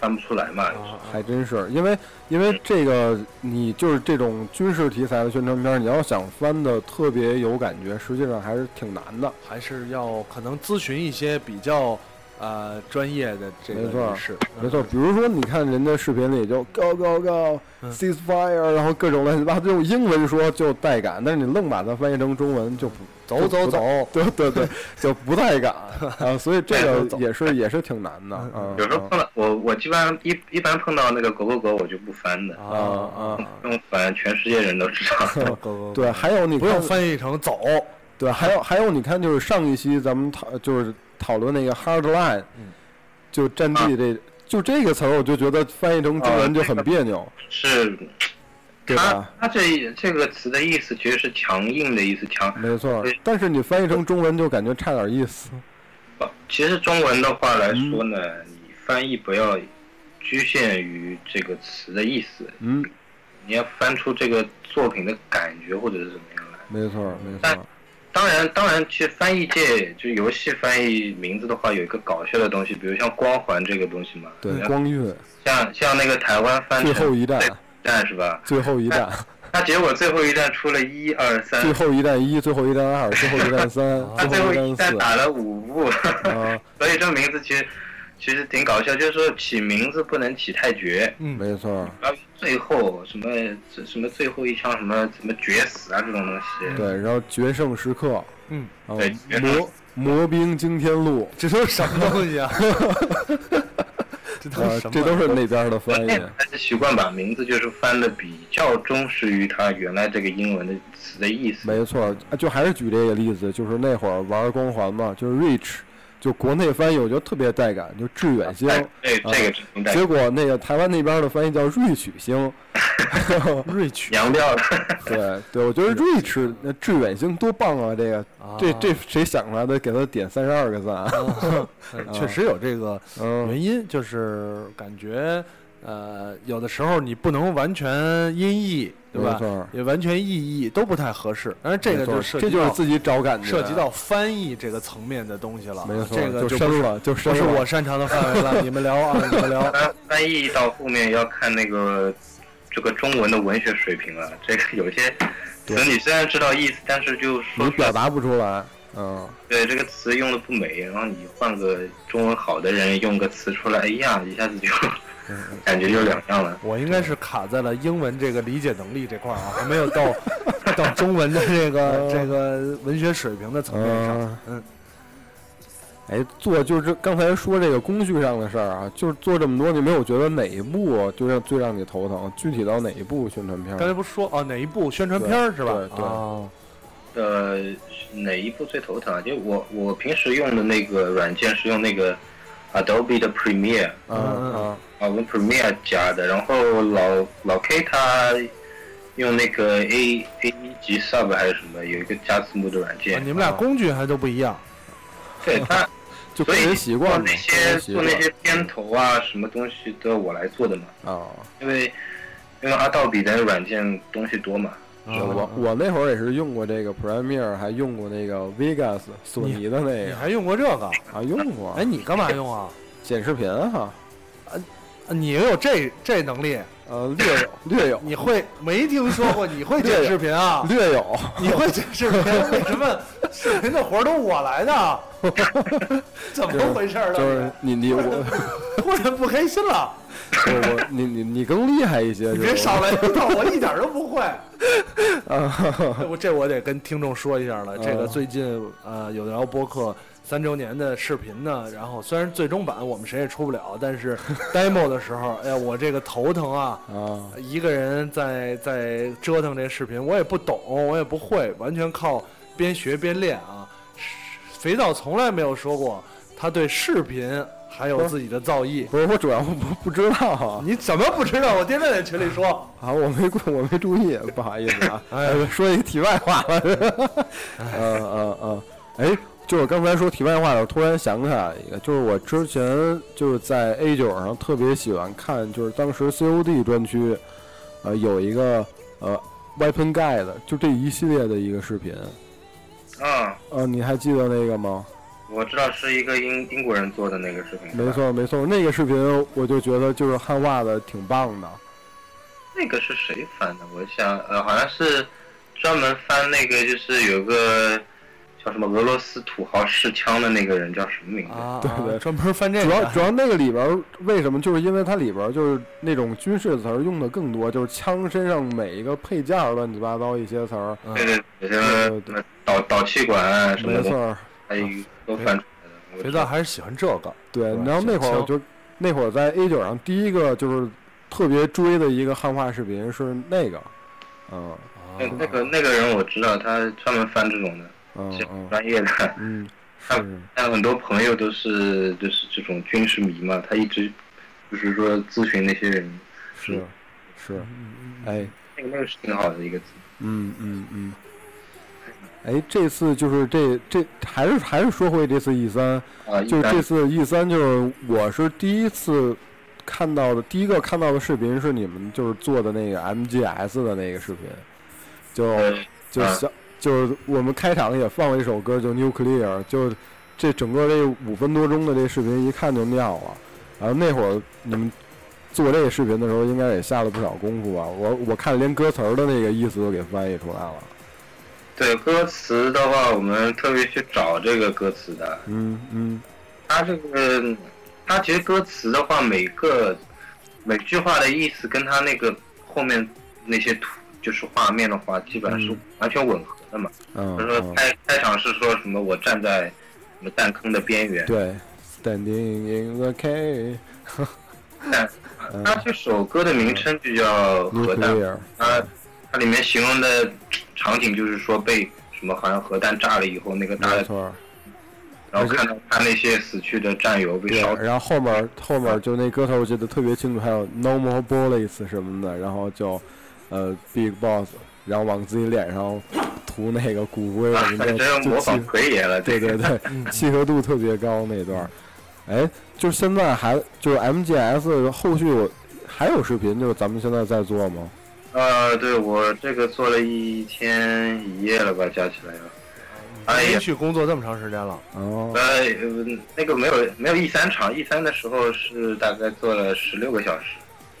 翻不出来嘛。啊还真是，因为因嗯为这个你就是这种军事题材的宣传片儿，你要想翻的特嗯别有感觉，实际上还是挺难的。还是要可能咨询一些比较呃专业的这个没错人士，没错，比如说你看人家视频里就 go go go 嗯 cease fire，然后各种乱七八糟用英文说就带感，但是你愣把它翻译成中文就不走就走不带，对对对，就不带 感啊，所以这走个走也是也是挺难的 啊有时候碰到我，我基本上一一般碰到那个狗狗狗，我就不翻的，啊啊，因为反正全世界人都知道。嗯， 够够对，还有你不用看翻译成走，对，还有还有，你看，就是上一期咱们讨就是讨论那个 hard line，、嗯就战地这、就这个词儿，我就觉得翻译成中文就很别扭，是对它吧？它这这个词的意思其实是强硬的意思，强。没错对，但是你翻译成中文就感觉差点意思。其实中文的话来说呢，嗯你翻译不要局限于这个词的意思，嗯，你要翻出这个作品的感觉或者是怎么样来。没错，没但错，当然，当然，其实翻译界就游戏翻译名字的话，有一个搞笑的东西，比如像光环这个东西嘛，对，然后光晕，像像那个台湾翻最成后一战，战是吧？最后一战，那结果最后一战出了一二三最，后一战一，最后一战二，最后一战三，他最啊最后后一一战战四打了五 步，啊，所以这名字其实其实挺搞笑，就是说起名字不能起太绝，嗯，没错，然后最后什么这什么最后一枪什么什么决死啊这种东西，对，然后决胜时刻，嗯，啊对决，胜魔魔兵惊天录，这都是什么东西啊？ 这都啊是什么？这都是那边的我翻现译在。还是习惯把名字就是翻的比较忠实于它原来这个英文的词的意思。 哎没错儿，啊就还是举这个例子，就是那会儿玩光环嘛，就是 Reach，就国内翻译我觉得特别带感，就致远星。哎，对啊这个真明白结，果那个台湾那边的翻译叫瑞曲星， 瑞 曲娘掉了。对对，我觉得 Reach 那致远星多棒啊！这个啊，这这谁想出来的？给他点三十二个赞。嗯确实有这 个啊嗯，原因，就是感觉呃，有的时候你不能完全音译，对没吧错？也完全意译都不太合适。但是这个就没错涉这及就是到自己找感觉，涉及到翻译这个层面的东西了，啊没错，这个就不是深了，就不深是了我擅长的范围 了，你们聊啊，你们聊。翻翻译到后面要看那个这个中文的文学水平了。这个有些词你虽然知道意思，但是就你说出表来达不出来。嗯，对这个词用的不美，然后你换个中文好的人用个词出来，哎呀，一下子就嗯感觉就两样了。我应该是卡在了英文这个理解能力这块儿啊，还没有到到中文的这嗯个这个文学水平的层面上。嗯，哎，做就是刚才说这个工序上的事儿啊，就是做这么多，你没有觉得哪一步就让最让你头疼？具体到哪一部宣传片刚儿？才不是说哦哪一部宣传片儿是吧？对对哦呃，哪一部最头疼啊？就我我平时用的那个软件是用那个啊 Adobe 的 Premiere 啊嗯啊，啊，我用 Premiere 加的。然后老老 K 他用那个 A A 一级 Sub 还是什么，有一个加字幕的软啊件。你们俩工具还都不一样。对他， 就个所以人习惯做嘛，那个些人习做惯那些片头啊，什么东西都我来做的嘛，啊。因为因为阿道比的软件东西多嘛。嗯是我我那会儿也是用过这个 Premiere，还用过那个 Vegas 索尼的那你个还用过这个？啊，用过哎，你干嘛用啊？剪视频哈，啊你有这这能力？呃， 略有略有你会没听说过？你会剪视频啊？略有， 你 会剪视频？为什么视频的活儿都我来的？ 怎么回事儿了？就是你你 我突然不开心了？我我你你你更厉害一些，你就别是少来一套，我一点儿都 不会。啊这我这我得跟听众说一下了，这个最近呃有聊播客三周年的视频呢，然后虽然最终版我们谁也出不了，但是 demo 的时候，哎呀，我这个头疼啊。啊，一个人在在折腾这视频，我也不懂，我也不会，完全靠边学边练啊。肥皂从来没有说过他对视频还有自己的造诣，不是我主要不不知道啊。你怎么不知道？我天天在群里说。啊，我没顾，我没注意，不好意思啊。哎，说一个题外话了。嗯嗯嗯，哎，就是刚才说题外话了，我突然想起来一个，就是我之前就是在 A 九上特别喜欢看，就是当时 COD 专区，呃，有一个呃 Weapon Guide，就这一系列的一个视频。嗯，呃，你还记得那个吗？我知道是一个英英国人做的那个视频，没。错没错，那个视频我就觉得就是汉化的挺棒的。那个是谁翻的？我想，呃，好像是专门翻那个，就是有个叫什么俄罗斯土豪试枪的那个人叫什么名字？啊，对对啊专门翻这主个要的， 主要那个里边儿为什么？就是因为它里边儿就是那种军事词儿用的更多，就是枪身上每一个配件儿乱七八糟一些词儿。嗯对对对，什么对对什么导导气管啊什么没错的，儿，还有都翻出来的。我肥皂还是喜欢这个，对。吧然后那会儿枪我就那会儿在 A 九上第一个就是特别追的一个汉化视频是那个，嗯那那个那个人我知道，他专门翻这种的，嗯是嗯专业的。 嗯，是但很多朋友都是就是这种军事迷嘛，他一直就是说咨询那些人，是是，哎，那个那个是挺好的一个词。嗯嗯嗯。哎，这次就是这这还是还是说回这次 E 三，啊，一就般这次 E 三，就是我是第一次看到的，第一个看到的视频是你们就是做的那个 MGS 的那个视频，就就啊小就是我们开场也放了一首歌，就 Nuclear，就这整个这五分多钟的这视频一看就尿了。然后那会儿你们做这个视频的时候，应该也下了不少功夫吧？我我看连歌词儿的那个意思都给翻译出来了。对歌词的话，我们特别去找这个歌词的。嗯嗯它这个，它其实歌词的话，每个每句话的意思跟它那个后面那些图，就是画面的话，基本上是完全吻合的嘛。嗯就是说嗯，开开场是说什么我站在什么弹坑的边缘，对，Standing in the cave。弹，它这首歌的名称就叫核嗯弹，Nuclear，它它里面形容的场景就是说被什么好像核弹炸了以后，那个炸没了，错儿。然后看到他那些死去的战友被对，烧然后后面儿后面儿就那歌头我记得特别清楚，还有 No More Bullets 什么的，然后就呃 Big Boss，然后往自己脸上涂那个骨灰啊，什么反的，正就模气仿 奎爷了，对对对，契合度特别高那段儿。哎，就现在还就是 MGS 后续我还有视频，就是咱们现在在做吗？呃，对我这个做了一天一夜了吧，加起来啊了。哎呀连，续工作这么长时间了，哦，呃，嗯那个没有没有 E 三场，E 三的时候是大概做了十六个小时。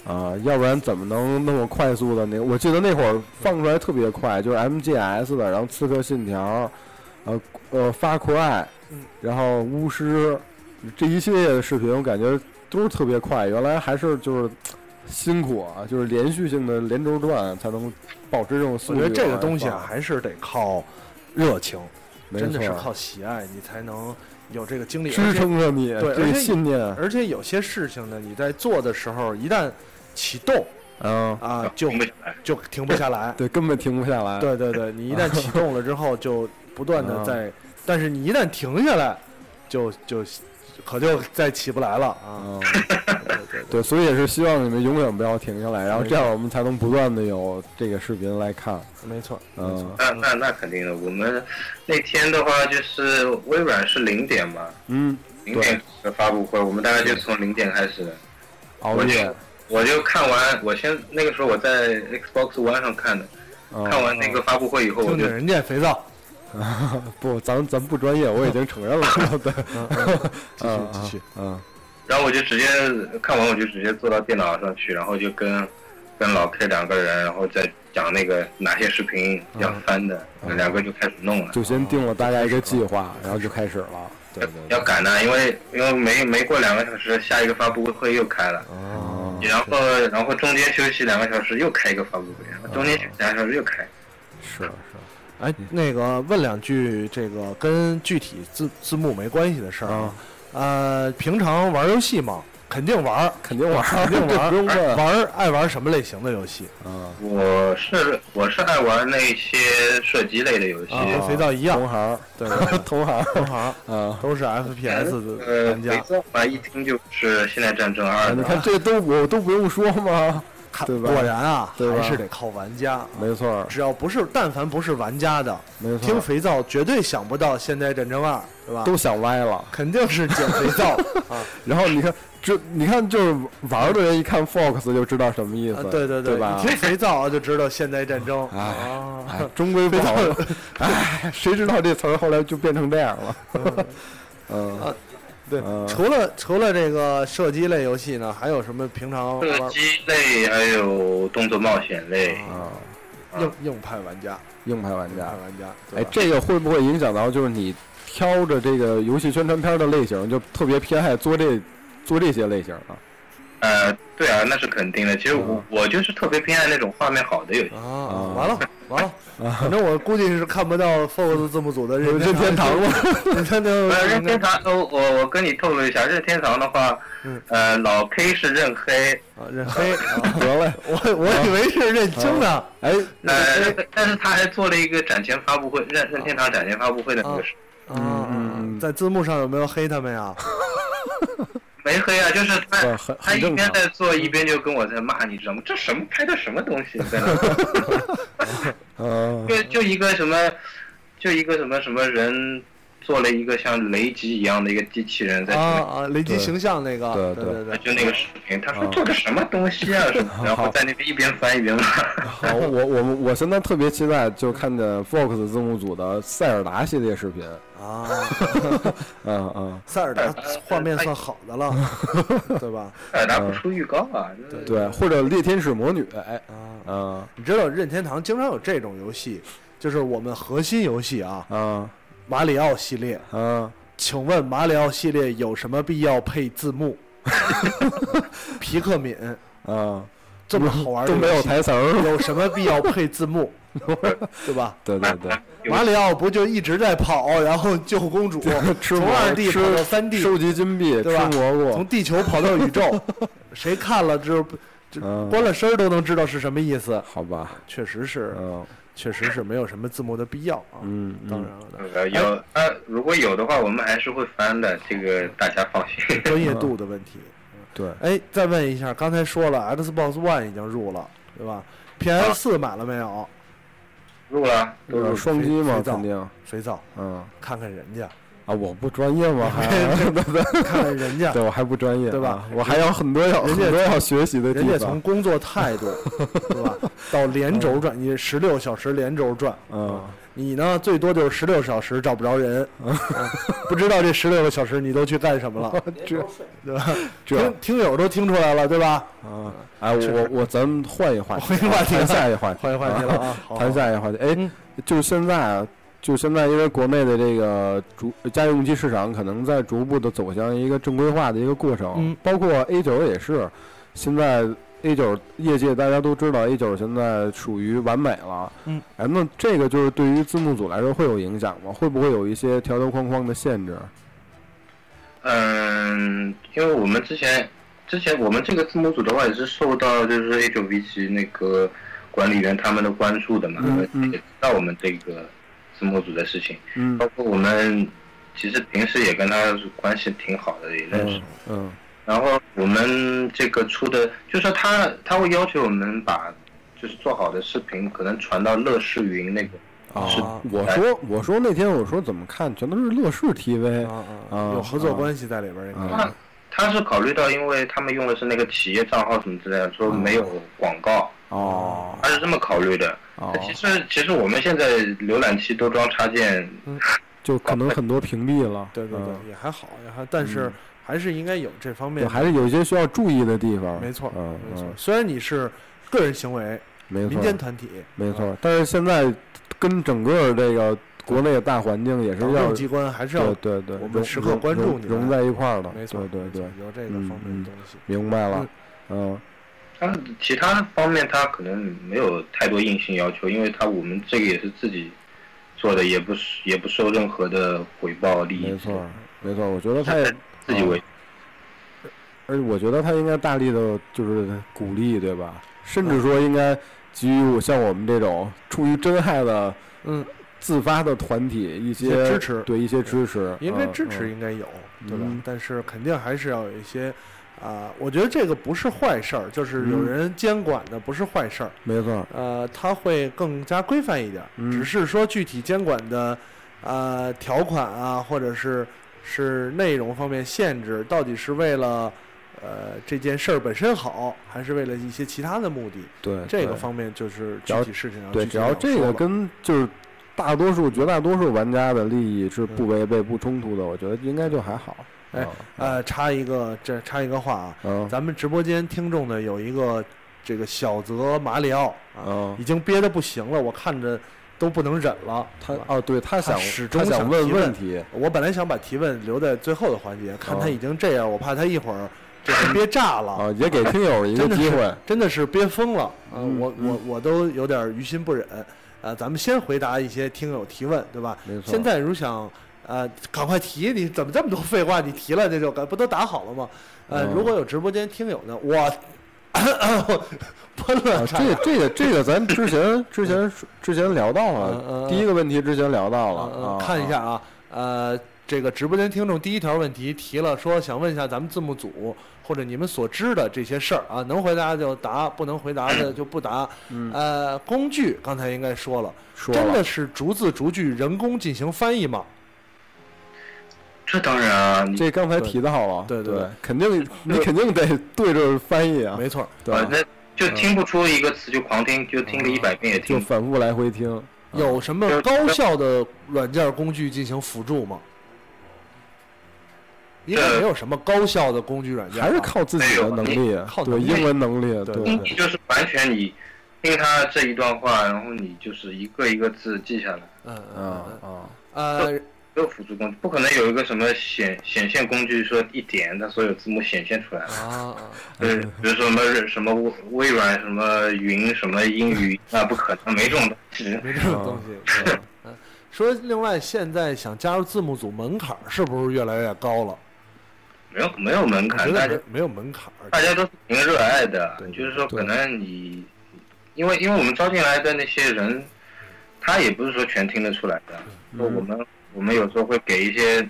啊，要不然怎么能那么快速的那个？我记得那会儿放出来特别快，就是 MGS 的，然后《刺客信条》，呃呃，发酷爱，嗯然后巫师这一系列的视频，我感觉都是特别快。原来还是就是辛苦啊，就是连续性的连轴转才能保持这种速我率觉往得外放。这个东西啊，还是得靠热情，没真的是错靠喜爱，你才能有这个精力支。撑着你对这而且个信念，而且而且有些事情呢，你在做的时候，一旦启动嗯，啊，就停不下来就停不下来。对，根本停不下来。对对对，你一旦启动了之后，就不断的啊在，但是你一旦停下来，就就可就再起不来了啊。嗯。对对对对，所以也是希望你们永远不要停下来，然后没这样我们才能不断的有这个视频来看。没错，没嗯错。那那那肯定的，我们那天的话就是微软是零点嘛，嗯，零点的发布会，我们大概就从零点开始的。熬夜，我就看完，我先那个时候我在 Xbox One 上看的，看嗯，完那个发布会以后，我听哦就听人家肥皂，不，咱咱不专业，我已经承认了。 对， 继续继续，嗯，然后我就直接看完，我就直接坐到电脑上去，然后就跟跟老 K 两个人，然后再讲那个哪些视频要翻的，两哦个就开始弄了。就先定了大概一个计划，然后就开始了。对对对，要赶呢，因为因为没没过两个小时，下一个发布会又开了，嗯，然后然后中间休息两个小时又开一个发布会，然后中间休息两个小时又开。是是，哎，那个问两句这个跟具体字字幕没关系的事儿啊。呃，平常玩游戏嘛，肯定玩儿，肯定玩儿， 肯定玩这儿，不用问。玩儿爱玩什么类型的游戏嗯，我是我是爱玩那些射击类的游戏，啊？跟肥皂一样，同行，对，对对同行，同行啊。都是 FPS 的呃，玩肥家。皂嘛，一听就是《现代战争二啊》你的。看这都我都不用说吗？看对吧果然啊，对吧还是得靠玩家。啊没错儿，只要不是，但凡不是玩家的，没错听儿，肥皂绝对想不到《现代战争二》，对吧？都想歪了。肯定是捡肥皂啊！然后你看，这你看就是玩儿的人一看 Fox 就知道什么意思，啊对对对，吧一？听肥皂啊就知道《现代战争》哎啊。哎，终归 不好，哎，谁知道这词儿后来就变成这样 了？呃嗯，对嗯，除了除了这个射击类游戏呢，还有什么平常玩射击类还有动作冒险类，啊，啊，硬硬派玩家，硬派玩硬家派。玩家，对哎，吧这个会不会影响到就是你挑着这个游戏宣传片的类型，就特别偏爱做这做这些类型啊？呃，对啊，那是肯定的。其实我我就是特别偏爱那种画面好的游戏。啊，完了完了，反正我估计是看不到 Fox 字幕组的任 啊任天堂了，任天呃，任堂天堂，呃，我我跟你透露一下，任天堂的话，嗯呃，老 K 是任黑， 啊，任黑，啊 得嘞，我我以为是任青呢， 哎，呃，任黑但是他还做了一个展前发布会，任任天堂展前发布会的那个事，啊，在字幕上有没有黑他们呀？没黑啊，就是对他很很他一正边常嗯在做，一边就跟我在骂，你知道吗？这什么拍的什么东西， 在那做。嗯、就就一个什么，就一个什么什么人做了一个像雷吉一样的一个机器人在 啊前面，啊，雷吉形象那个，对对对对就那个视频，啊他说做的什么东西 啊什么，然后在那边一边翻一边骂。 好，我我们我现在特别期待就看见 Fox 字幕组的塞尔达系列视频， 啊，嗯嗯，塞尔达画面算好的 了，对吧？塞尔达不出预告啊，那对，或者猎天使魔女，哎，啊，嗯你知道任天堂经常有这种游戏，就是我们核心游戏啊，嗯马里奥系列，嗯，请问马里奥系列有什么必要配字 幕？皮克敏嗯，这么好玩的都没有游戏台词儿，有什么必要配字 幕？对吧？对对 对，有马里奥不就一直在跑，然后救 公主，吃从蘑二 D 跑吃到三 D，收集金币，对吃吧蘑菇从，地球跑到 宇宙，谁看了之后，这嗯关了声儿都能知道是什么意思。好吧，确实是，嗯确实是没有什么字幕的必要啊。嗯当嗯，然了，呃有哎呃，如果有的话，我们还是会翻的，这个大家放心。专业度的问题。嗯对，哎，再问一下，刚才说了 Xbox One 已经入了，对吧？PS 四买了没有？嗯录了，都是呃双击嘛，肥皂肯定，肥皂，嗯。看看人家，啊，我不专业吗？还 看看人 家对，我还不专业，对吧啊我还有很多要人家很多要学习的地人家从方。工作态 度，对吧，到连轴转，你十六小时连轴转，啊嗯，你呢最多就是十六小时找不着人，啊不知道这十六个小时你都去干什么 了，这 对吧？这听听友都听出来了，对吧？啊，哎，我我我，咱们换一话题，换一话题谈下一话题，换一话题了啊，好嗯谈下一话题。哎，就是现在啊，就现在，因为国内的这个逐家用机市场可能在逐步的走向一个正规化的一个过程，嗯包括 A 九也是，现在 A 九业界大家都知道 A 九现在属于完美了，嗯，哎，那这个就是对于字幕组来说会有影响吗？会不会有一些条条框框的限制？嗯，因为我们之前之前我们这个字幕组的话也是受到就是 A 九 V 七那个管理员他们的关注的嘛，嗯嗯也知道我们这个字幕组的事情，嗯包括我们其实平时也跟他关系挺好的，也认识。嗯嗯然后我们这个出的，就是说他他会要求我们把就是做好的视频可能传到乐视云那个，是啊，我说我说那天我说怎么看全都是乐视 TV 啊啊啊，嗯有合作啊关系在里边儿应该。他他是考虑到，因为他们用的是那个企业账号什么之类的，说没有广告，哦他是这么考虑的。哦，其实其实我们现在浏览器都装插件，就可能很多屏蔽了，对对嗯对，也还好，也还，但是还是应该有这方对，面，还是有一些需要注意的地方，没错，嗯没错嗯。，虽然你是个人行为，没民间错，团体，没啊，错，但是现在跟整个这个国内的大环境也是党要政机关还是要对对对，我们融时刻融关注融你们融在一块儿的，没错，对对没错对，有这个嗯方面嗯的东西。明白了，嗯它其他方面它可能没有太多硬性要求，因为它我们这个也是自己做的，也不是也不受任何的回报利益，嗯没错啊没错，我觉得它他 也，自己为。而且我觉得他应该大力的就是鼓励，对吧？甚嗯至说应该给予我像我们这种出于真爱的嗯，自发的团体一一些些支持对一些支持，应该嗯支嗯持应该有，对吧嗯？但是肯定还是要有一些，啊，我觉得这个不是坏事儿，就是有嗯人监管的不是坏事儿，没错，呃，它会更加规范一点儿，嗯只是说具体监管的呃条款啊，或者是是内容方面限制，到底是为了呃这件事儿本身好，还是为了一些其他的目的？对这个呃对方面就是只具要体事情要对，啊具只体要地这说个了跟就是大多数绝大多数玩家的利益是嗯不违背、不冲突的，我觉得应该就还好。哎啊，呃插一个这插一个话啊，嗯，咱们直播间听众呢有一个这个小泽马里奥啊，嗯，已经憋得不行了，我看着都不能忍了。他是吧哦，对他他想始他终想想问提问问题，我本来想把提问留在最后的环节，看他哦已经这样，我怕他一会儿这个憋炸了。啊，也给听友一个真的机 是会。啊真的是憋疯了啊、嗯我我我都有点于心不忍。呃，咱们先回答一些听友提问，对吧没？错现在如想呃，赶快提，你怎么这么多废话？你提了这就不都打好了吗？呃，嗯如果有直播间听友呢，我 喷了啊，差这点，个这个这个，咱之前之前之前聊到嗯嗯了，嗯第一个问题之前聊到嗯了，嗯啊看一下啊，呃，这个直播间听众第一条问题提了，说想问一下咱们字幕组或者你们所知的这些事儿啊，能回答就答，不能回答的就不答。呃，工具刚才应该说了，嗯说真的了，是逐字逐句人工进行翻译吗？这当然啊，你这刚才提到了，对对对对肯 定你肯定得对着翻译啊，没错儿，对反吧，正就听不出一个词就狂听，就听个一百遍也啊就听。反复来回听。有什么高效的软件工具进行辅助吗？应该没有什么高效的工具软件吧，呃还是靠自己的能力有，靠对能力英文能力，对对听力就是完全你听他这一段话，然后你就是一个一个字记下来，嗯嗯啊嗯嗯啊，呃，没有辅助工具，不可能有一个什么显显现工具说一点，它所有字幕显现出来了。啊， 对，比如说什么什么微微软什么云什么英 语，那不可能，没这种东西。没这种东西。嗯嗯说另外，现在想加入字幕组门槛儿是不是越来越高了？没有没有门我槛，觉大得家没没有门槛儿，大家都是凭热爱的对，就是说可能你，因为因为我们招进来的那些人，他也不是说全听得出来的，嗯那我们我们有时候会给一些，比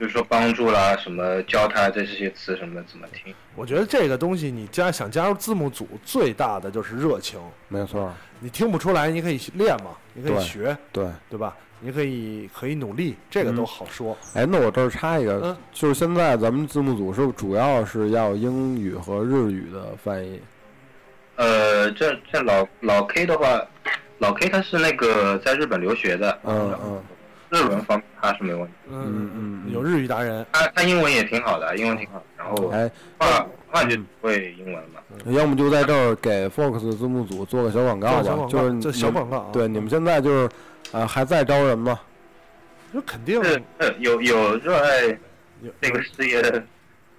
如说帮助啦，什么教他这些词什么怎么听，我觉得这个东西你加想加入字幕组最大的就是热情，没错，你听不出来，你可以练嘛，你可以对学，对。对吧？你可以可以努力，这个都好说。哎，那我这儿插一个嗯，就是现在咱们字幕组是不是主要是要英语和日语的翻译？呃，这这老老 K 的话，老 K 他是那个在日本留学的，嗯嗯，日文方面他是没问题，嗯嗯嗯有日语达人，他他英文也挺好的，英文挺好的，然哦后哎，嗯画画就会英文嘛，要么就在这儿给 Fox 字幕组做个小广告做吧，个就小是你广告这小广告啊对，你们现在就是，呃，还在招人吗？那肯定是是有有热爱有这个事业的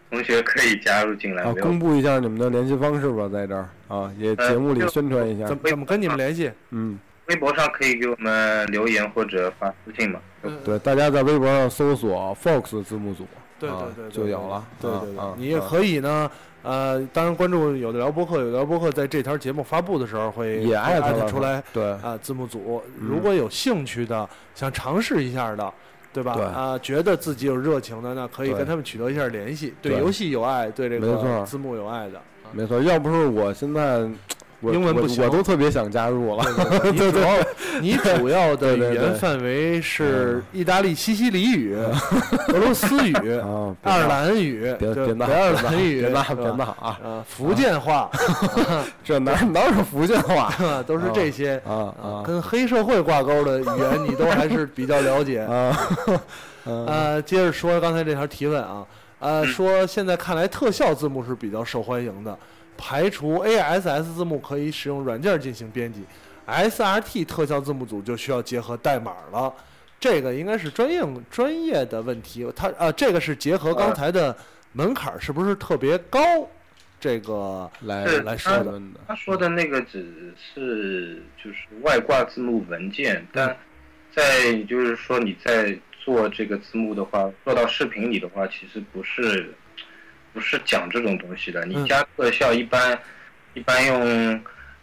同学可以加入哎进来，啊，没有公布一下你们的联系方式吧，在这儿啊，也哎呃节目里就宣传一下怎。么怎么跟你们联系？嗯，微博上可以给我们留言或者发私信嘛。对，大家在微博上搜索 Fox 字幕组，对啊对对，就有了。对啊对啊对，你也啊可以呢。呃，当然关注有的聊播客，有的聊播客在这条节目发布的时候会啊也艾艾特嗯特了出来对，啊，字幕组如果有兴趣的，想尝试一下的，对吧？对啊，觉得自己有热情的，那可以对跟他们取得一下联系。对对游戏有爱，对这没错个字幕有爱 的，啊没错。要不是我现在，我英文我不行我都特别想加入了。你主要你主要对的语对对嗯言范围是意大利西西里 语、俄罗斯语、啊，别爱尔闹，兰语、别对别闹，北爱尔兰语、别闹，别是吧闹啊！呃，福建话这哪哪有福建话都是这些啊啊啊跟黑社会挂钩的语言，你都还是比较了解。啊！呃，接着说刚才这条提问啊，呃，说现在看来特效字幕是比较受欢迎的，排除 ASS 字幕可以使用软件进行编辑，SRT 特效字幕组就需要结合代码了。这个应该是专业专业的问题，它呃，这个是结合刚才的门槛儿是不是特别高？这个来是来他说的，他说的那个只是就是外挂字幕文件，但在就是说你在做这个字幕的话，做到视频里的话，其实不是不是讲这种东西的。你嗯加特效一般、一般用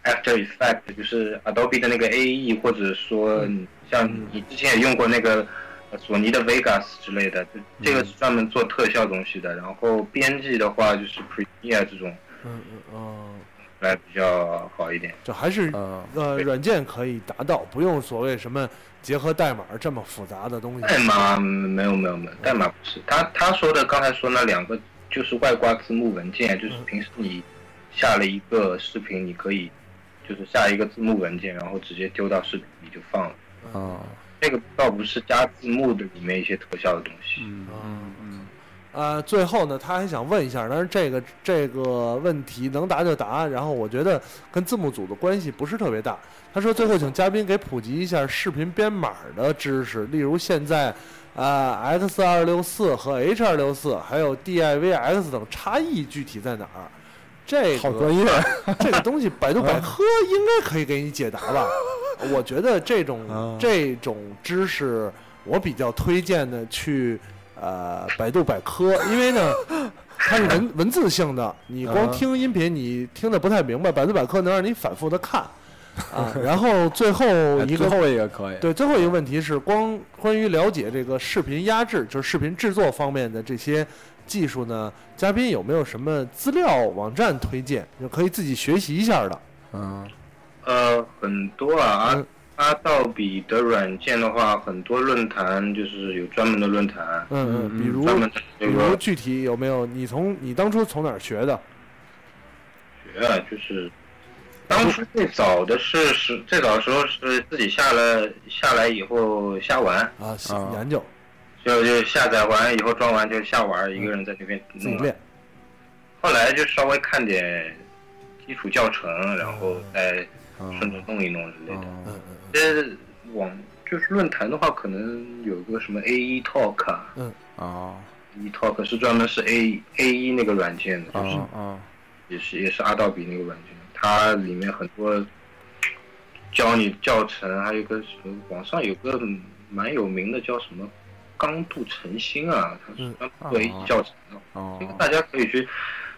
After Effect，就是 Adobe 的那个 AE，或者说像你之前也用过那个。呃索尼的 Vegas 之类的，就这个是专门做特效东西的。然后编辑的话，就是 Premiere 这种嗯嗯嗯，来比较好一点。就还是嗯，呃，软件可以达到，不用所谓什么结合代码这么复杂的东西。代码没有没有没有，代码不是他他说的刚才说那两个就是外挂字幕文件，就是平时你下了一个视频，你可以就是下一个字幕文件，然后直接丢到视频里就放了。啊，这个倒不是加字幕的里面一些特效的东西，嗯嗯嗯，呃，最后呢，他还想问一下，但是这个这个问题能答就答，然后我觉得跟字幕组的关系不是特别大。他说最后请嘉宾给普及一下视频编码的知识，例如现在啊、X 二六四和 H 二六四，还有 DIVX 等差异具体在哪儿？这个好专业， 这个东西百度 百科应该可以给你解答吧？我觉得这种、 啊这种知识，我比较推荐的去呃百度百科，因 为呢。它是文文字性的，你光啊听音频你听得不太明白，百度百科能让你反复的看， 啊，然后最后一哎最个后一个可以，对，最后一个问题是光关于了解这个视频压制，就是视频制作方面的这些技术呢，嘉宾有没有什么资料网站推荐，就可以自己学习一下的？嗯，呃，很多啊，嗯阿阿道比的软件的话，很多论坛就是有专门的论坛，嗯嗯，比如专门的比这如个具体有没有你从你当初从哪儿学的？学啊，就是当初最早的是是最早的时候是自己下了下来以后瞎玩，啊，啊研究就就下载完以后装完就瞎玩，一个人在那边嗯自己弄了。练。后来就稍微看点基础教程，然后哦再顺着弄一弄之类的。嗯嗯，嗯这网就是论坛的话，可能有个什么 A E Talk 啊哦， ，E Talk 是专门是 A A E 那个软件的，就是哦哦，也是也是阿道比那个软件，它里面很多教你教程，还有个什么网上有个蛮有名的叫什么刚度晨星啊，它是专门做 A E 教程的。这个哦，大家可以去，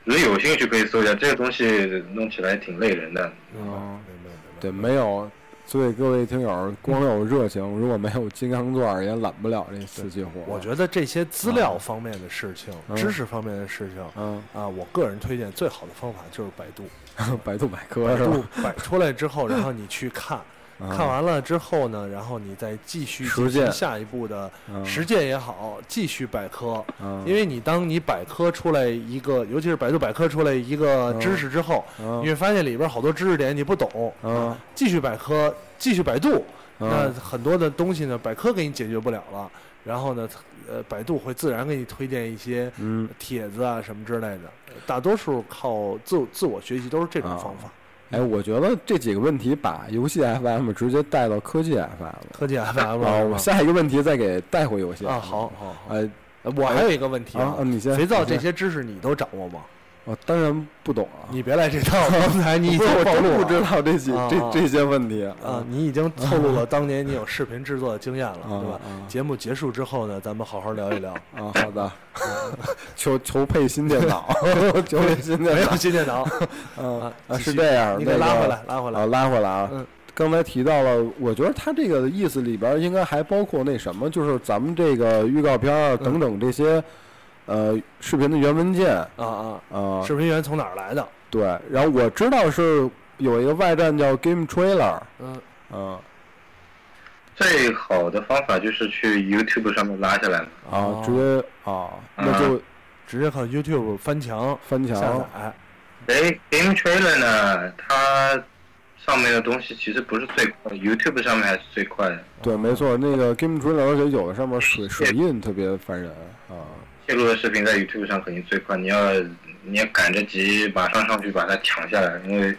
如果有兴趣可以搜一下，这个东西弄起来挺累人的。嗯，哦明白明白明白对，没有。所以各位听友，光有热情，如果没有金刚钻，也揽不了这四季火。我觉得这些资料方面的事情、嗯知识方面的事情嗯，啊，我个人推荐最好的方法就是百度。 百度嗯百科百是度吧？ 啊摆出来之后，然后你 去看，看完了之后呢，然后你再继续实进行践下一步的嗯实践也好，继续百科，嗯因为你当你百科出来一个，尤其是百度百科出来一啊个知识之后，嗯你会发现里边好多知识点你不懂，嗯继续百科，继续百度，那嗯很多的东西呢，百科给你解决不了了，然后呢，呃，百度会自然给你推荐一些嗯，帖子啊什么之类的，大多数靠自自我学习都是这种啊方法。哎，我觉得这几个问题把游戏 FM 直接带到科技 FM 科技 FM 了。哦我啊下一个问题再给带回游戏啊，好，好好。呃，我还有一个问题啊，啊你先，肥皂你这先，些知识你都掌握吗？我当然不懂啊。你别来这 套，刚才你已不经是我暴真露不知了道这几啊啊这这些问题啊，你已经透露了当年你有视频制作的经验了，啊对吧啊？节目结束之后呢，咱们好好聊 一聊。啊！好的，求求配新电脑， 求配新没电有脑。新电脑， 嗯，继啊续是这样，你那给个拉回来，拉回啊来。拉回来嗯啊。刚才提到了，我觉得他这个意思里边儿应该还包括那什么，就是咱们这个预告片嗯儿啊等等这些，呃，视频的原文件啊啊啊，，呃视频源从哪儿来的？对。然后我知道是有一个外站叫 Game Trailer，嗯，嗯最好的方法就是去 YouTube 上面拉下来嘛。啊哦，直接啊，那嗯就直接靠 YouTube 翻墙翻下墙载。哎，Game Trailer 呢，它上面的东西其实不是最快，YouTube 上面还是最快的。对，没错，那个 Game Trailer，而且有的上面水水印特别烦人啊。泄露的视频在 YouTube 上肯定最快，你要你要赶着急，马上上去把它抢下来，因为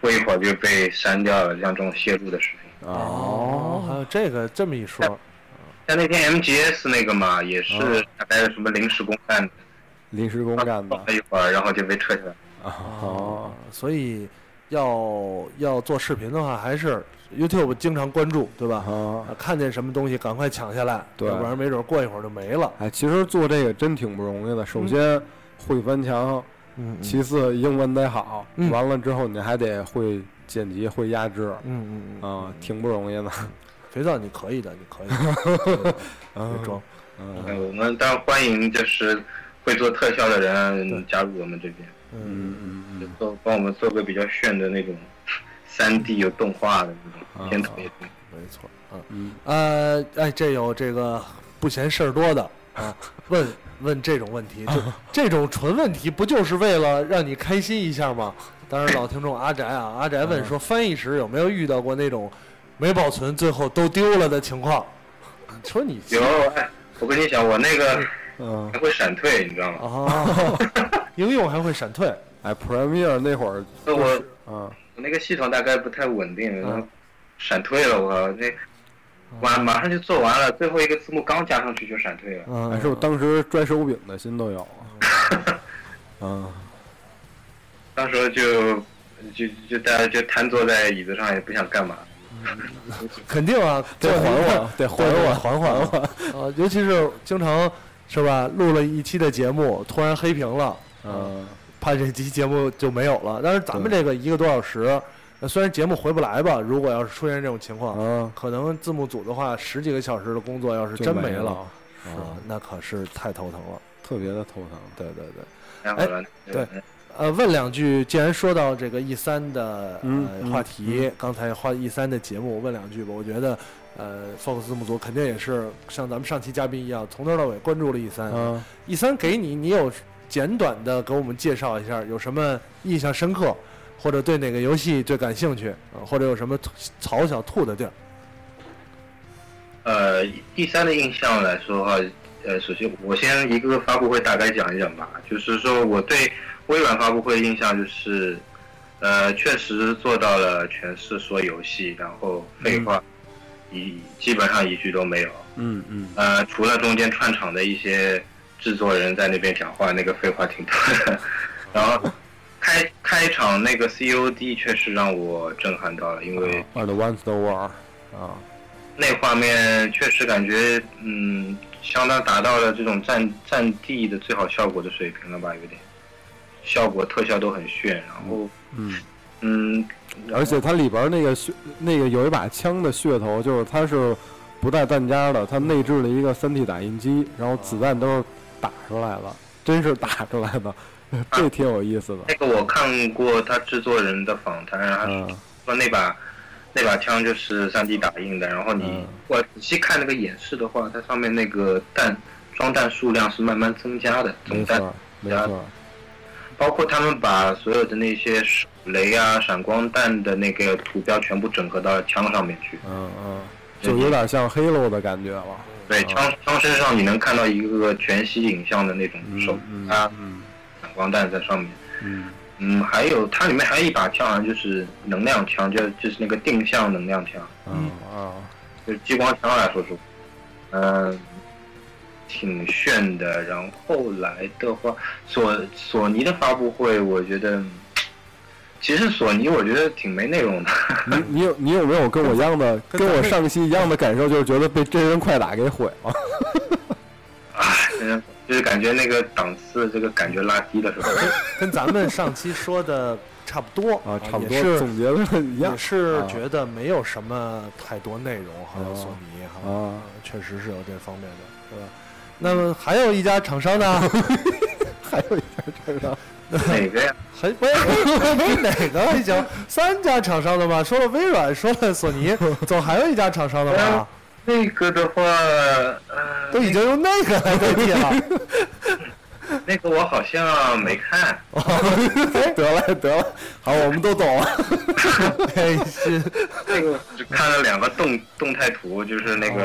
过一会儿就被删掉了。像这种泄露的视频，哦，啊还有这个这么一说，像那天 MGS 那个嘛，也是啊哦大概什么临时工干的，临时工干的放了一会儿，然后就被撤下来。哦，所以要要做视频的话，还是 YouTube 经常关注，对吧？啊啊，看见什么东西赶快抢下来，对要不然没准过一会儿就没了。哎，其实做这个真挺不容易的。首先会翻墙，嗯其次英文得好，嗯完了之后你还得会剪辑、会压制，嗯嗯嗯，啊，挺不容易 的。肥皂你可以的，你可以 的，嗯别装。嗯，我们当然欢迎，就是会做特效的人加入我们这边，嗯，就做帮我们做个比较炫的那种三 D 有动画的那种啊片头也行。没错。嗯嗯，呃，哎，这有这个不嫌事儿多的 啊，问问这种问题，就啊这种纯问题，不就是为了让你开心一下 吗？当然，老听众阿宅啊，阿宅问说，翻译时有没有遇到过那种没保存最后都丢了的情况？说你有，哎，我跟你讲，我那个嗯还会闪退，你知道吗？啊，应用还会闪退，哎，Premiere 那会儿所以我啊，我那个系统大概不太稳定，然后嗯闪退了，我靠，那完马上就做完了，最后一个字幕刚加上去就闪退了。还嗯，啊是我当时拽手柄的心都有啊。 嗯，当时候就就就大家就瘫坐在椅子上，也不想干嘛。肯定啊，得做还一个我，得还对我，还还 我啊！尤其是经常是吧，录了一期的节目，突然黑屏了，嗯，怕这期节目就没有了。但是咱们这个一个多小时，呃虽然节目回不来吧，如果要是出现这种情况，啊，可能字幕组的话，十几个小时的工作要是就真没了了啊，那可是太头疼了。特别的头疼。对对对。然后呢，对呃，问两句，既然说到这个 E 三的、嗯呃、嗯话题，刚才话 E 三的节目，我问两句吧。我觉得，呃，Fox 字幕组肯定也是像咱们上期嘉宾一样，从头到尾关注了 E 三、嗯， E 三给你，你有简短的给我们介绍一下，有什么印象深刻，或者对哪个游戏最感兴趣，啊或者有什么吐槽想吐的地儿？呃，第三的印象来说的话，呃，首先我先一个个发布会大概讲一讲吧。就是说我对微软发布会的印象就是，呃，确实做到了全是说游戏，然后废话一、基本上一句都没有。嗯嗯，呃，除了中间串场的一些制作人在那边讲话，那个废话挺多的。然后开开场那个 COD 确实让我震撼到了，因为二的 Once the War 啊，那画面确实感觉，嗯，相当达到了这种战战地的最好效果的水平了吧，有点，效果特效都很炫，然后，嗯，嗯，而且它里边儿那个噱，那个有一把枪的噱头，就是它是不带弹夹的，它内置了一个三 D 打印机，然后子弹都是打出来的，真是打出来的， 这挺有意思的。那个我看过他制作人的访谈，然后他嗯说那把那把枪就是3 D 打印的，然后你嗯我仔细看那个演示的话，它上面那个弹装弹数量是慢慢增加的，没总错弹儿，没错儿，包括他们把所有的那些雷啊、闪光弹的那个图标全部整合到枪上面去。嗯嗯，就有点像 Halo 的感觉了。对，枪枪身上你能看到一个个全息影像的那种手嗯啊、嗯闪光弹在上面。嗯嗯，还有它里面还有一把枪，好像就是能量枪，就就是那个定向能量枪。嗯啊，就是激光枪啊来说说，嗯、挺炫的。然后来的话，索索尼的发布会，我觉得，嗯其实索尼我觉得挺没内容的。 你你有你有没有跟我一样的，跟跟我咱们上期一样的感受，就是觉得被真人快打给毁了？嗯，就是感觉那个档次这个感觉拉低了，是吧？ 跟咱们上期说的差不多啊，差不也多，是总结的一样也是啊觉得没有什么太多内容，好像哦索尼哈。啊。确实是有这方面的，对吧？那么还有一家厂 商呢？还有一点这个，哪个呀？还 不是不是哪个已经三家厂商了吧？说了微软，说了 索尼，总还有一家厂商的吧？那个的话，呃，都已经用那个来代替了。那个我好像没看。哎得了得了，好，我们都懂了。哎，是那个 只看了两个动动态图，就是那个、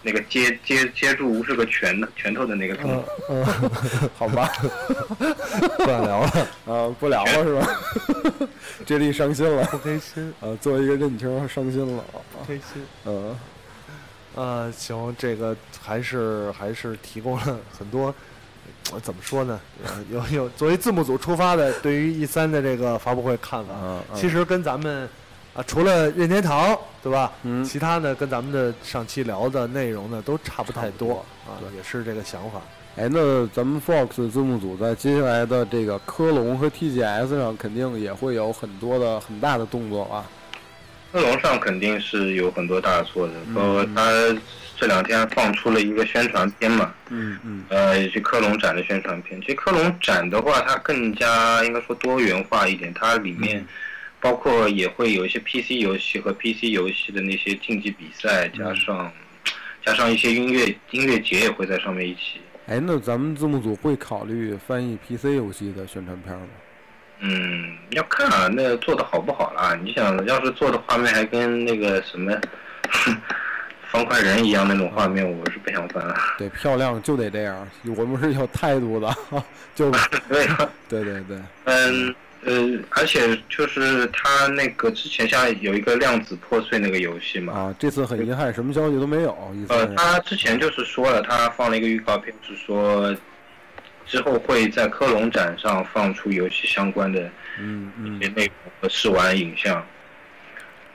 那个接接接住无数个拳的拳头的那个动作。好 吧，不想聊了， 啊，不聊 了是吧？ 这里伤心了，不开心，啊，作为一个任情伤心了，不开心。嗯，呃，行，这个还是还是提供了很多，我怎么说呢？呃有有作为字幕组出发的，对于 E 三的这个发布会看法，嗯嗯其实跟咱们啊、除了任天堂对吧？嗯其他呢跟咱们的上期聊的内容呢都差不太多啊，也是这个想法。哎，那咱们 Fox 字幕组在接下来的这个科隆和 TGS 上，肯定也会有很多的很大的动作啊吧？科隆上肯定是有很多大错的，包括他这两天放出了一个宣传片嘛，嗯嗯呃，也是科隆展的宣传片。其实科隆展的话，它更加应该说多元化一点，它里面包括也会有一些 PC 游戏和 PC 游戏的那些竞技比赛，加上加上一些音乐音乐节也会在上面一起。哎，那咱们字幕组会考虑翻译 PC 游戏的宣传片吗？嗯，要看啊，那做的好不好啦。你想要是做的画面还跟那个什么。 方块人一样那种画面，我是不想啊玩了。对，漂亮就得这样，我们是有态度的， 就 对啊，对对对，嗯呃，而且就是他那个之前像有一个量子破碎那个游戏嘛，啊，这次很遗憾，什么消息都没有，意思呃，是他之前就是说了，他放了一个预告片，是说之后会在科隆展上放出游戏相关的嗯一嗯些内容和试玩影像。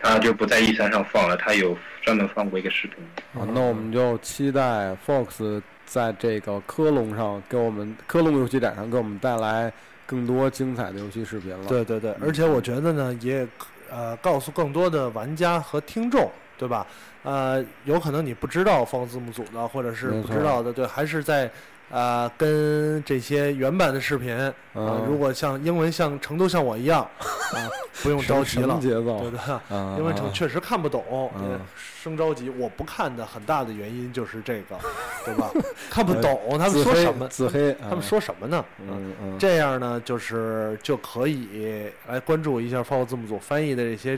他就不在 E 3上放了，他有专门放过一个视频。啊，那我们就期待 Fox 在这个科隆上给我们科隆游戏展上给我们带来更多精彩的游戏视频了。对对对，而且我觉得呢，也呃告诉更多的玩家和听众，对吧？呃，有可能你不知道放字幕组的，或者是没不错知道的，对，还是在呃跟这些原版的视频啊、嗯如果像英文像程度像我 一样啊，不用什么着急什么了，节对奏 的。啊，因为这确实看不懂，嗯也生着急。我不看的很大的原因就是这个，对吧？看不懂他们自说黑什么，自黑，啊他们说什么呢？嗯嗯嗯，这样呢，就是就可以来关注一下 FAO 字幕组翻译的这些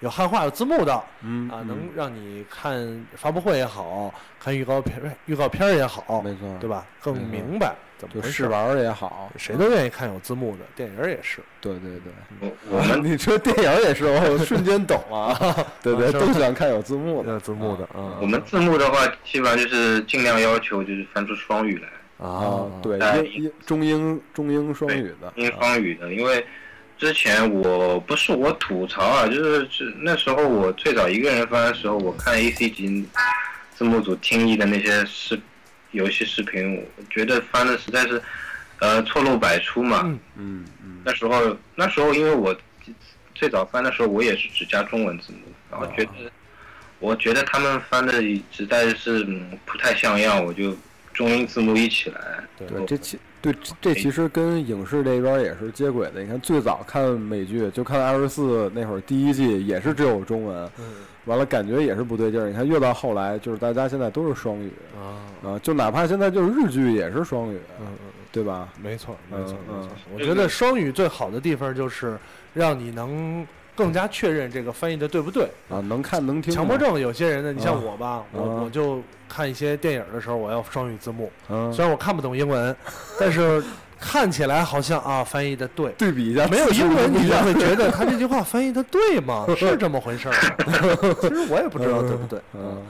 有汉化有字幕的嗯啊，嗯能让你看发布会也好看预告片预告片儿也好，没错，对吧？更没错明白怎就么回试事。玩儿也好，谁都愿意看有字幕的电影儿也是，对对 对。我我们你说电影也是，我瞬间懂了，啊 对啊对，都想看有字幕的。有字幕的啊我们字幕的话，基本上就是尽量要求就是翻出双语来，啊，对，英英中英中英双语的，英双语的。因为之前我不是我吐槽啊，就是是那时候我最早一个人翻的时候，我看 A C 级字幕组听译的那些视游戏视频，我觉得翻的实在是呃错漏百出嘛。嗯嗯嗯，那时候那时候因为我最早翻的时候，我也是只加中文字幕，然后觉得、我觉得他们翻的实在是嗯不太像样，我就中英字幕一起来。对，这其对这这其实跟影视这边也是接轨的。你看最早看美剧，就看《二十四》那会儿，第一季也是只有中文，完了感觉也是不对劲儿。你看越到后来，就是大家现在都是双语啊，啊，就哪怕现在就是日剧也是双语，嗯嗯，对吧？没错没嗯错没错嗯。我觉得双语最好的地方就是让你能更加确认这个翻译的对不对，啊，能看能听。强迫，症有些人呢，你像啊我吧，我啊我就看一些电影的时候，我要双语字幕，嗯，虽然我看不懂英文，但是看起来好像啊翻译的对。对比一下，没有英文，你就会觉得他这句话翻译的对 吗？是这么回事儿吗？其实我也不知道对不对。嗯，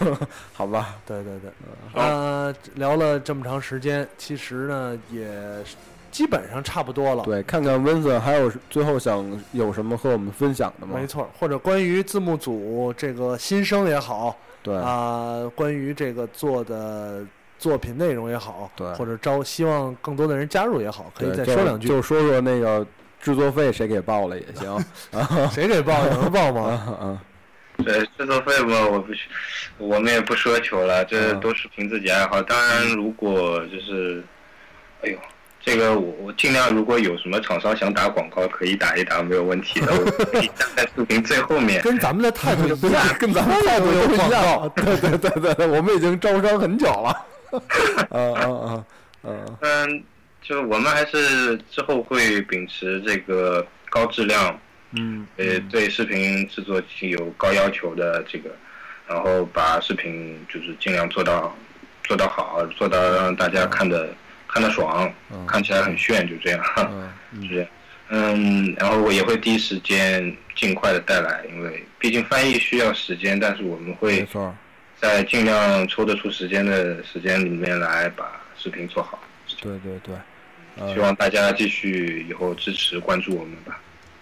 嗯， 好吧，对对对。嗯呃，聊了这么长时间，其实呢也是基本上差不多了。对，看看温森还有最后想有什么和我们分享的吗没？错，或者关于字幕组这个新生也好，对，啊、关于这个做的作品内容也好，对或者招希望更多的人加入也好，可以对再就说两句。就说说那个制作费谁给报了也 行。谁给报？有人报啊 吗？啊，对制作费嘛，我不需，我们也不奢求了，这嗯都是凭自己爱好。当然，如果就是，哎呦，这个我我尽量，如果有什么厂商想打广告，可以打一打，没有问题的。我可以站在视频最后面。跟咱们的 态度就不一样，跟咱们态度有不一广样 告。对对对对对，我们已经招商很久了。啊啊啊啊！嗯，就我们还是之后会秉持这个高质量，嗯，呃，对视频制作有高要求的这个，然后把视频就是尽量做到做到好，做到让大家看的看得爽，嗯看起来很炫，就这样，嗯哎就这样。嗯，然后我也会第一时间尽快的带来，因为毕竟翻译需要时间，但是我们没会错儿，在尽量抽得出时间的时间里面来把视频做好。对对对，希望大家继续以后支持关注我们吧。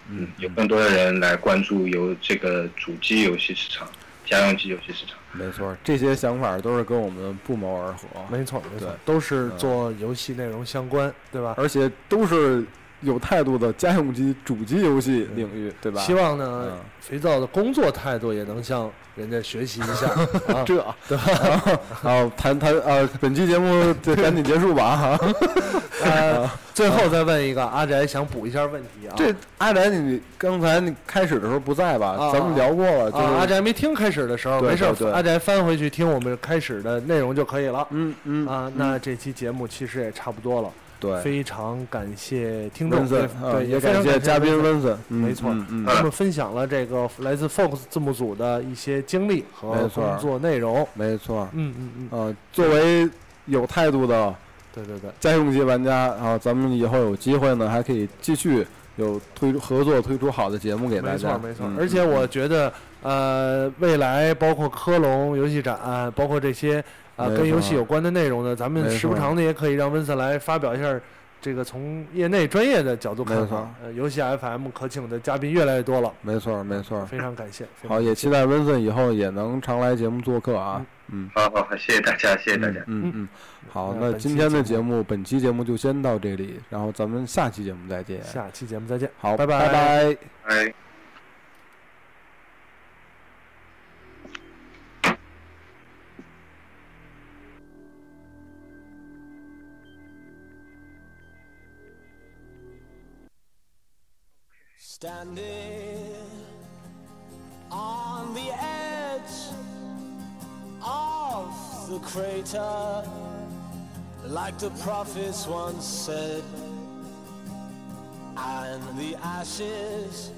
嗯，有更多的人来关注由这个主机游戏市场、家用机游戏市场。没错儿，这些想法都是跟我们不谋而合，没错没错对，都是做游戏内容相关，对吧？而且都是有态度的家用机、主机游戏领域，对吧？嗯希望呢嗯，肥皂的工作态度也能向人家学 习一下啊。这， 啊，谈谈啊，本期节目就赶紧结束吧 啊！ 呃，最后再问一个，阿宅想补一下问题啊。这阿宅，你刚才你开始的时候不在吧？啊咱们聊过了，就啊，阿是宅没听开始的时候，对没事对对儿，阿宅翻回去听我们开始的内容就可以了。嗯嗯啊啊，那这期节目其实也差不多了。对，非常感谢听众，温对森，啊，对，也非常感谢嘉宾温森，嗯没错嗯嗯他们分享了这个来自 Fox 字幕组的一些经历和没错工作内容。没错，嗯嗯嗯，呃，作为有态度的对对对，家用级玩家，啊，咱们以后有机会呢，还可以继续有推出合作推出好的节目给大没家，错没错嗯。而且我觉得，呃，未来包括科隆游戏展，包括这些呃没跟游错戏有关的内容呢，咱们没时不错常的也可以让温森来发表一下。这个从业内专业的角度看没错法，呃，游戏 FM 可请的嘉宾越来越多了，没错没错，非常感谢。非常好，也期待温森以后也能常来节目做客啊，嗯。好好好，谢谢大家，谢谢大家。嗯嗯，好，那本期今天的节节目，本期节目就先到这里，然后咱们下期节目再见。下期节目再见。好，拜拜拜拜。哎。 Standing on the edge of the crater, like the prophets once said, and the ashes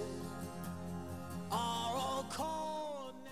are all cold now.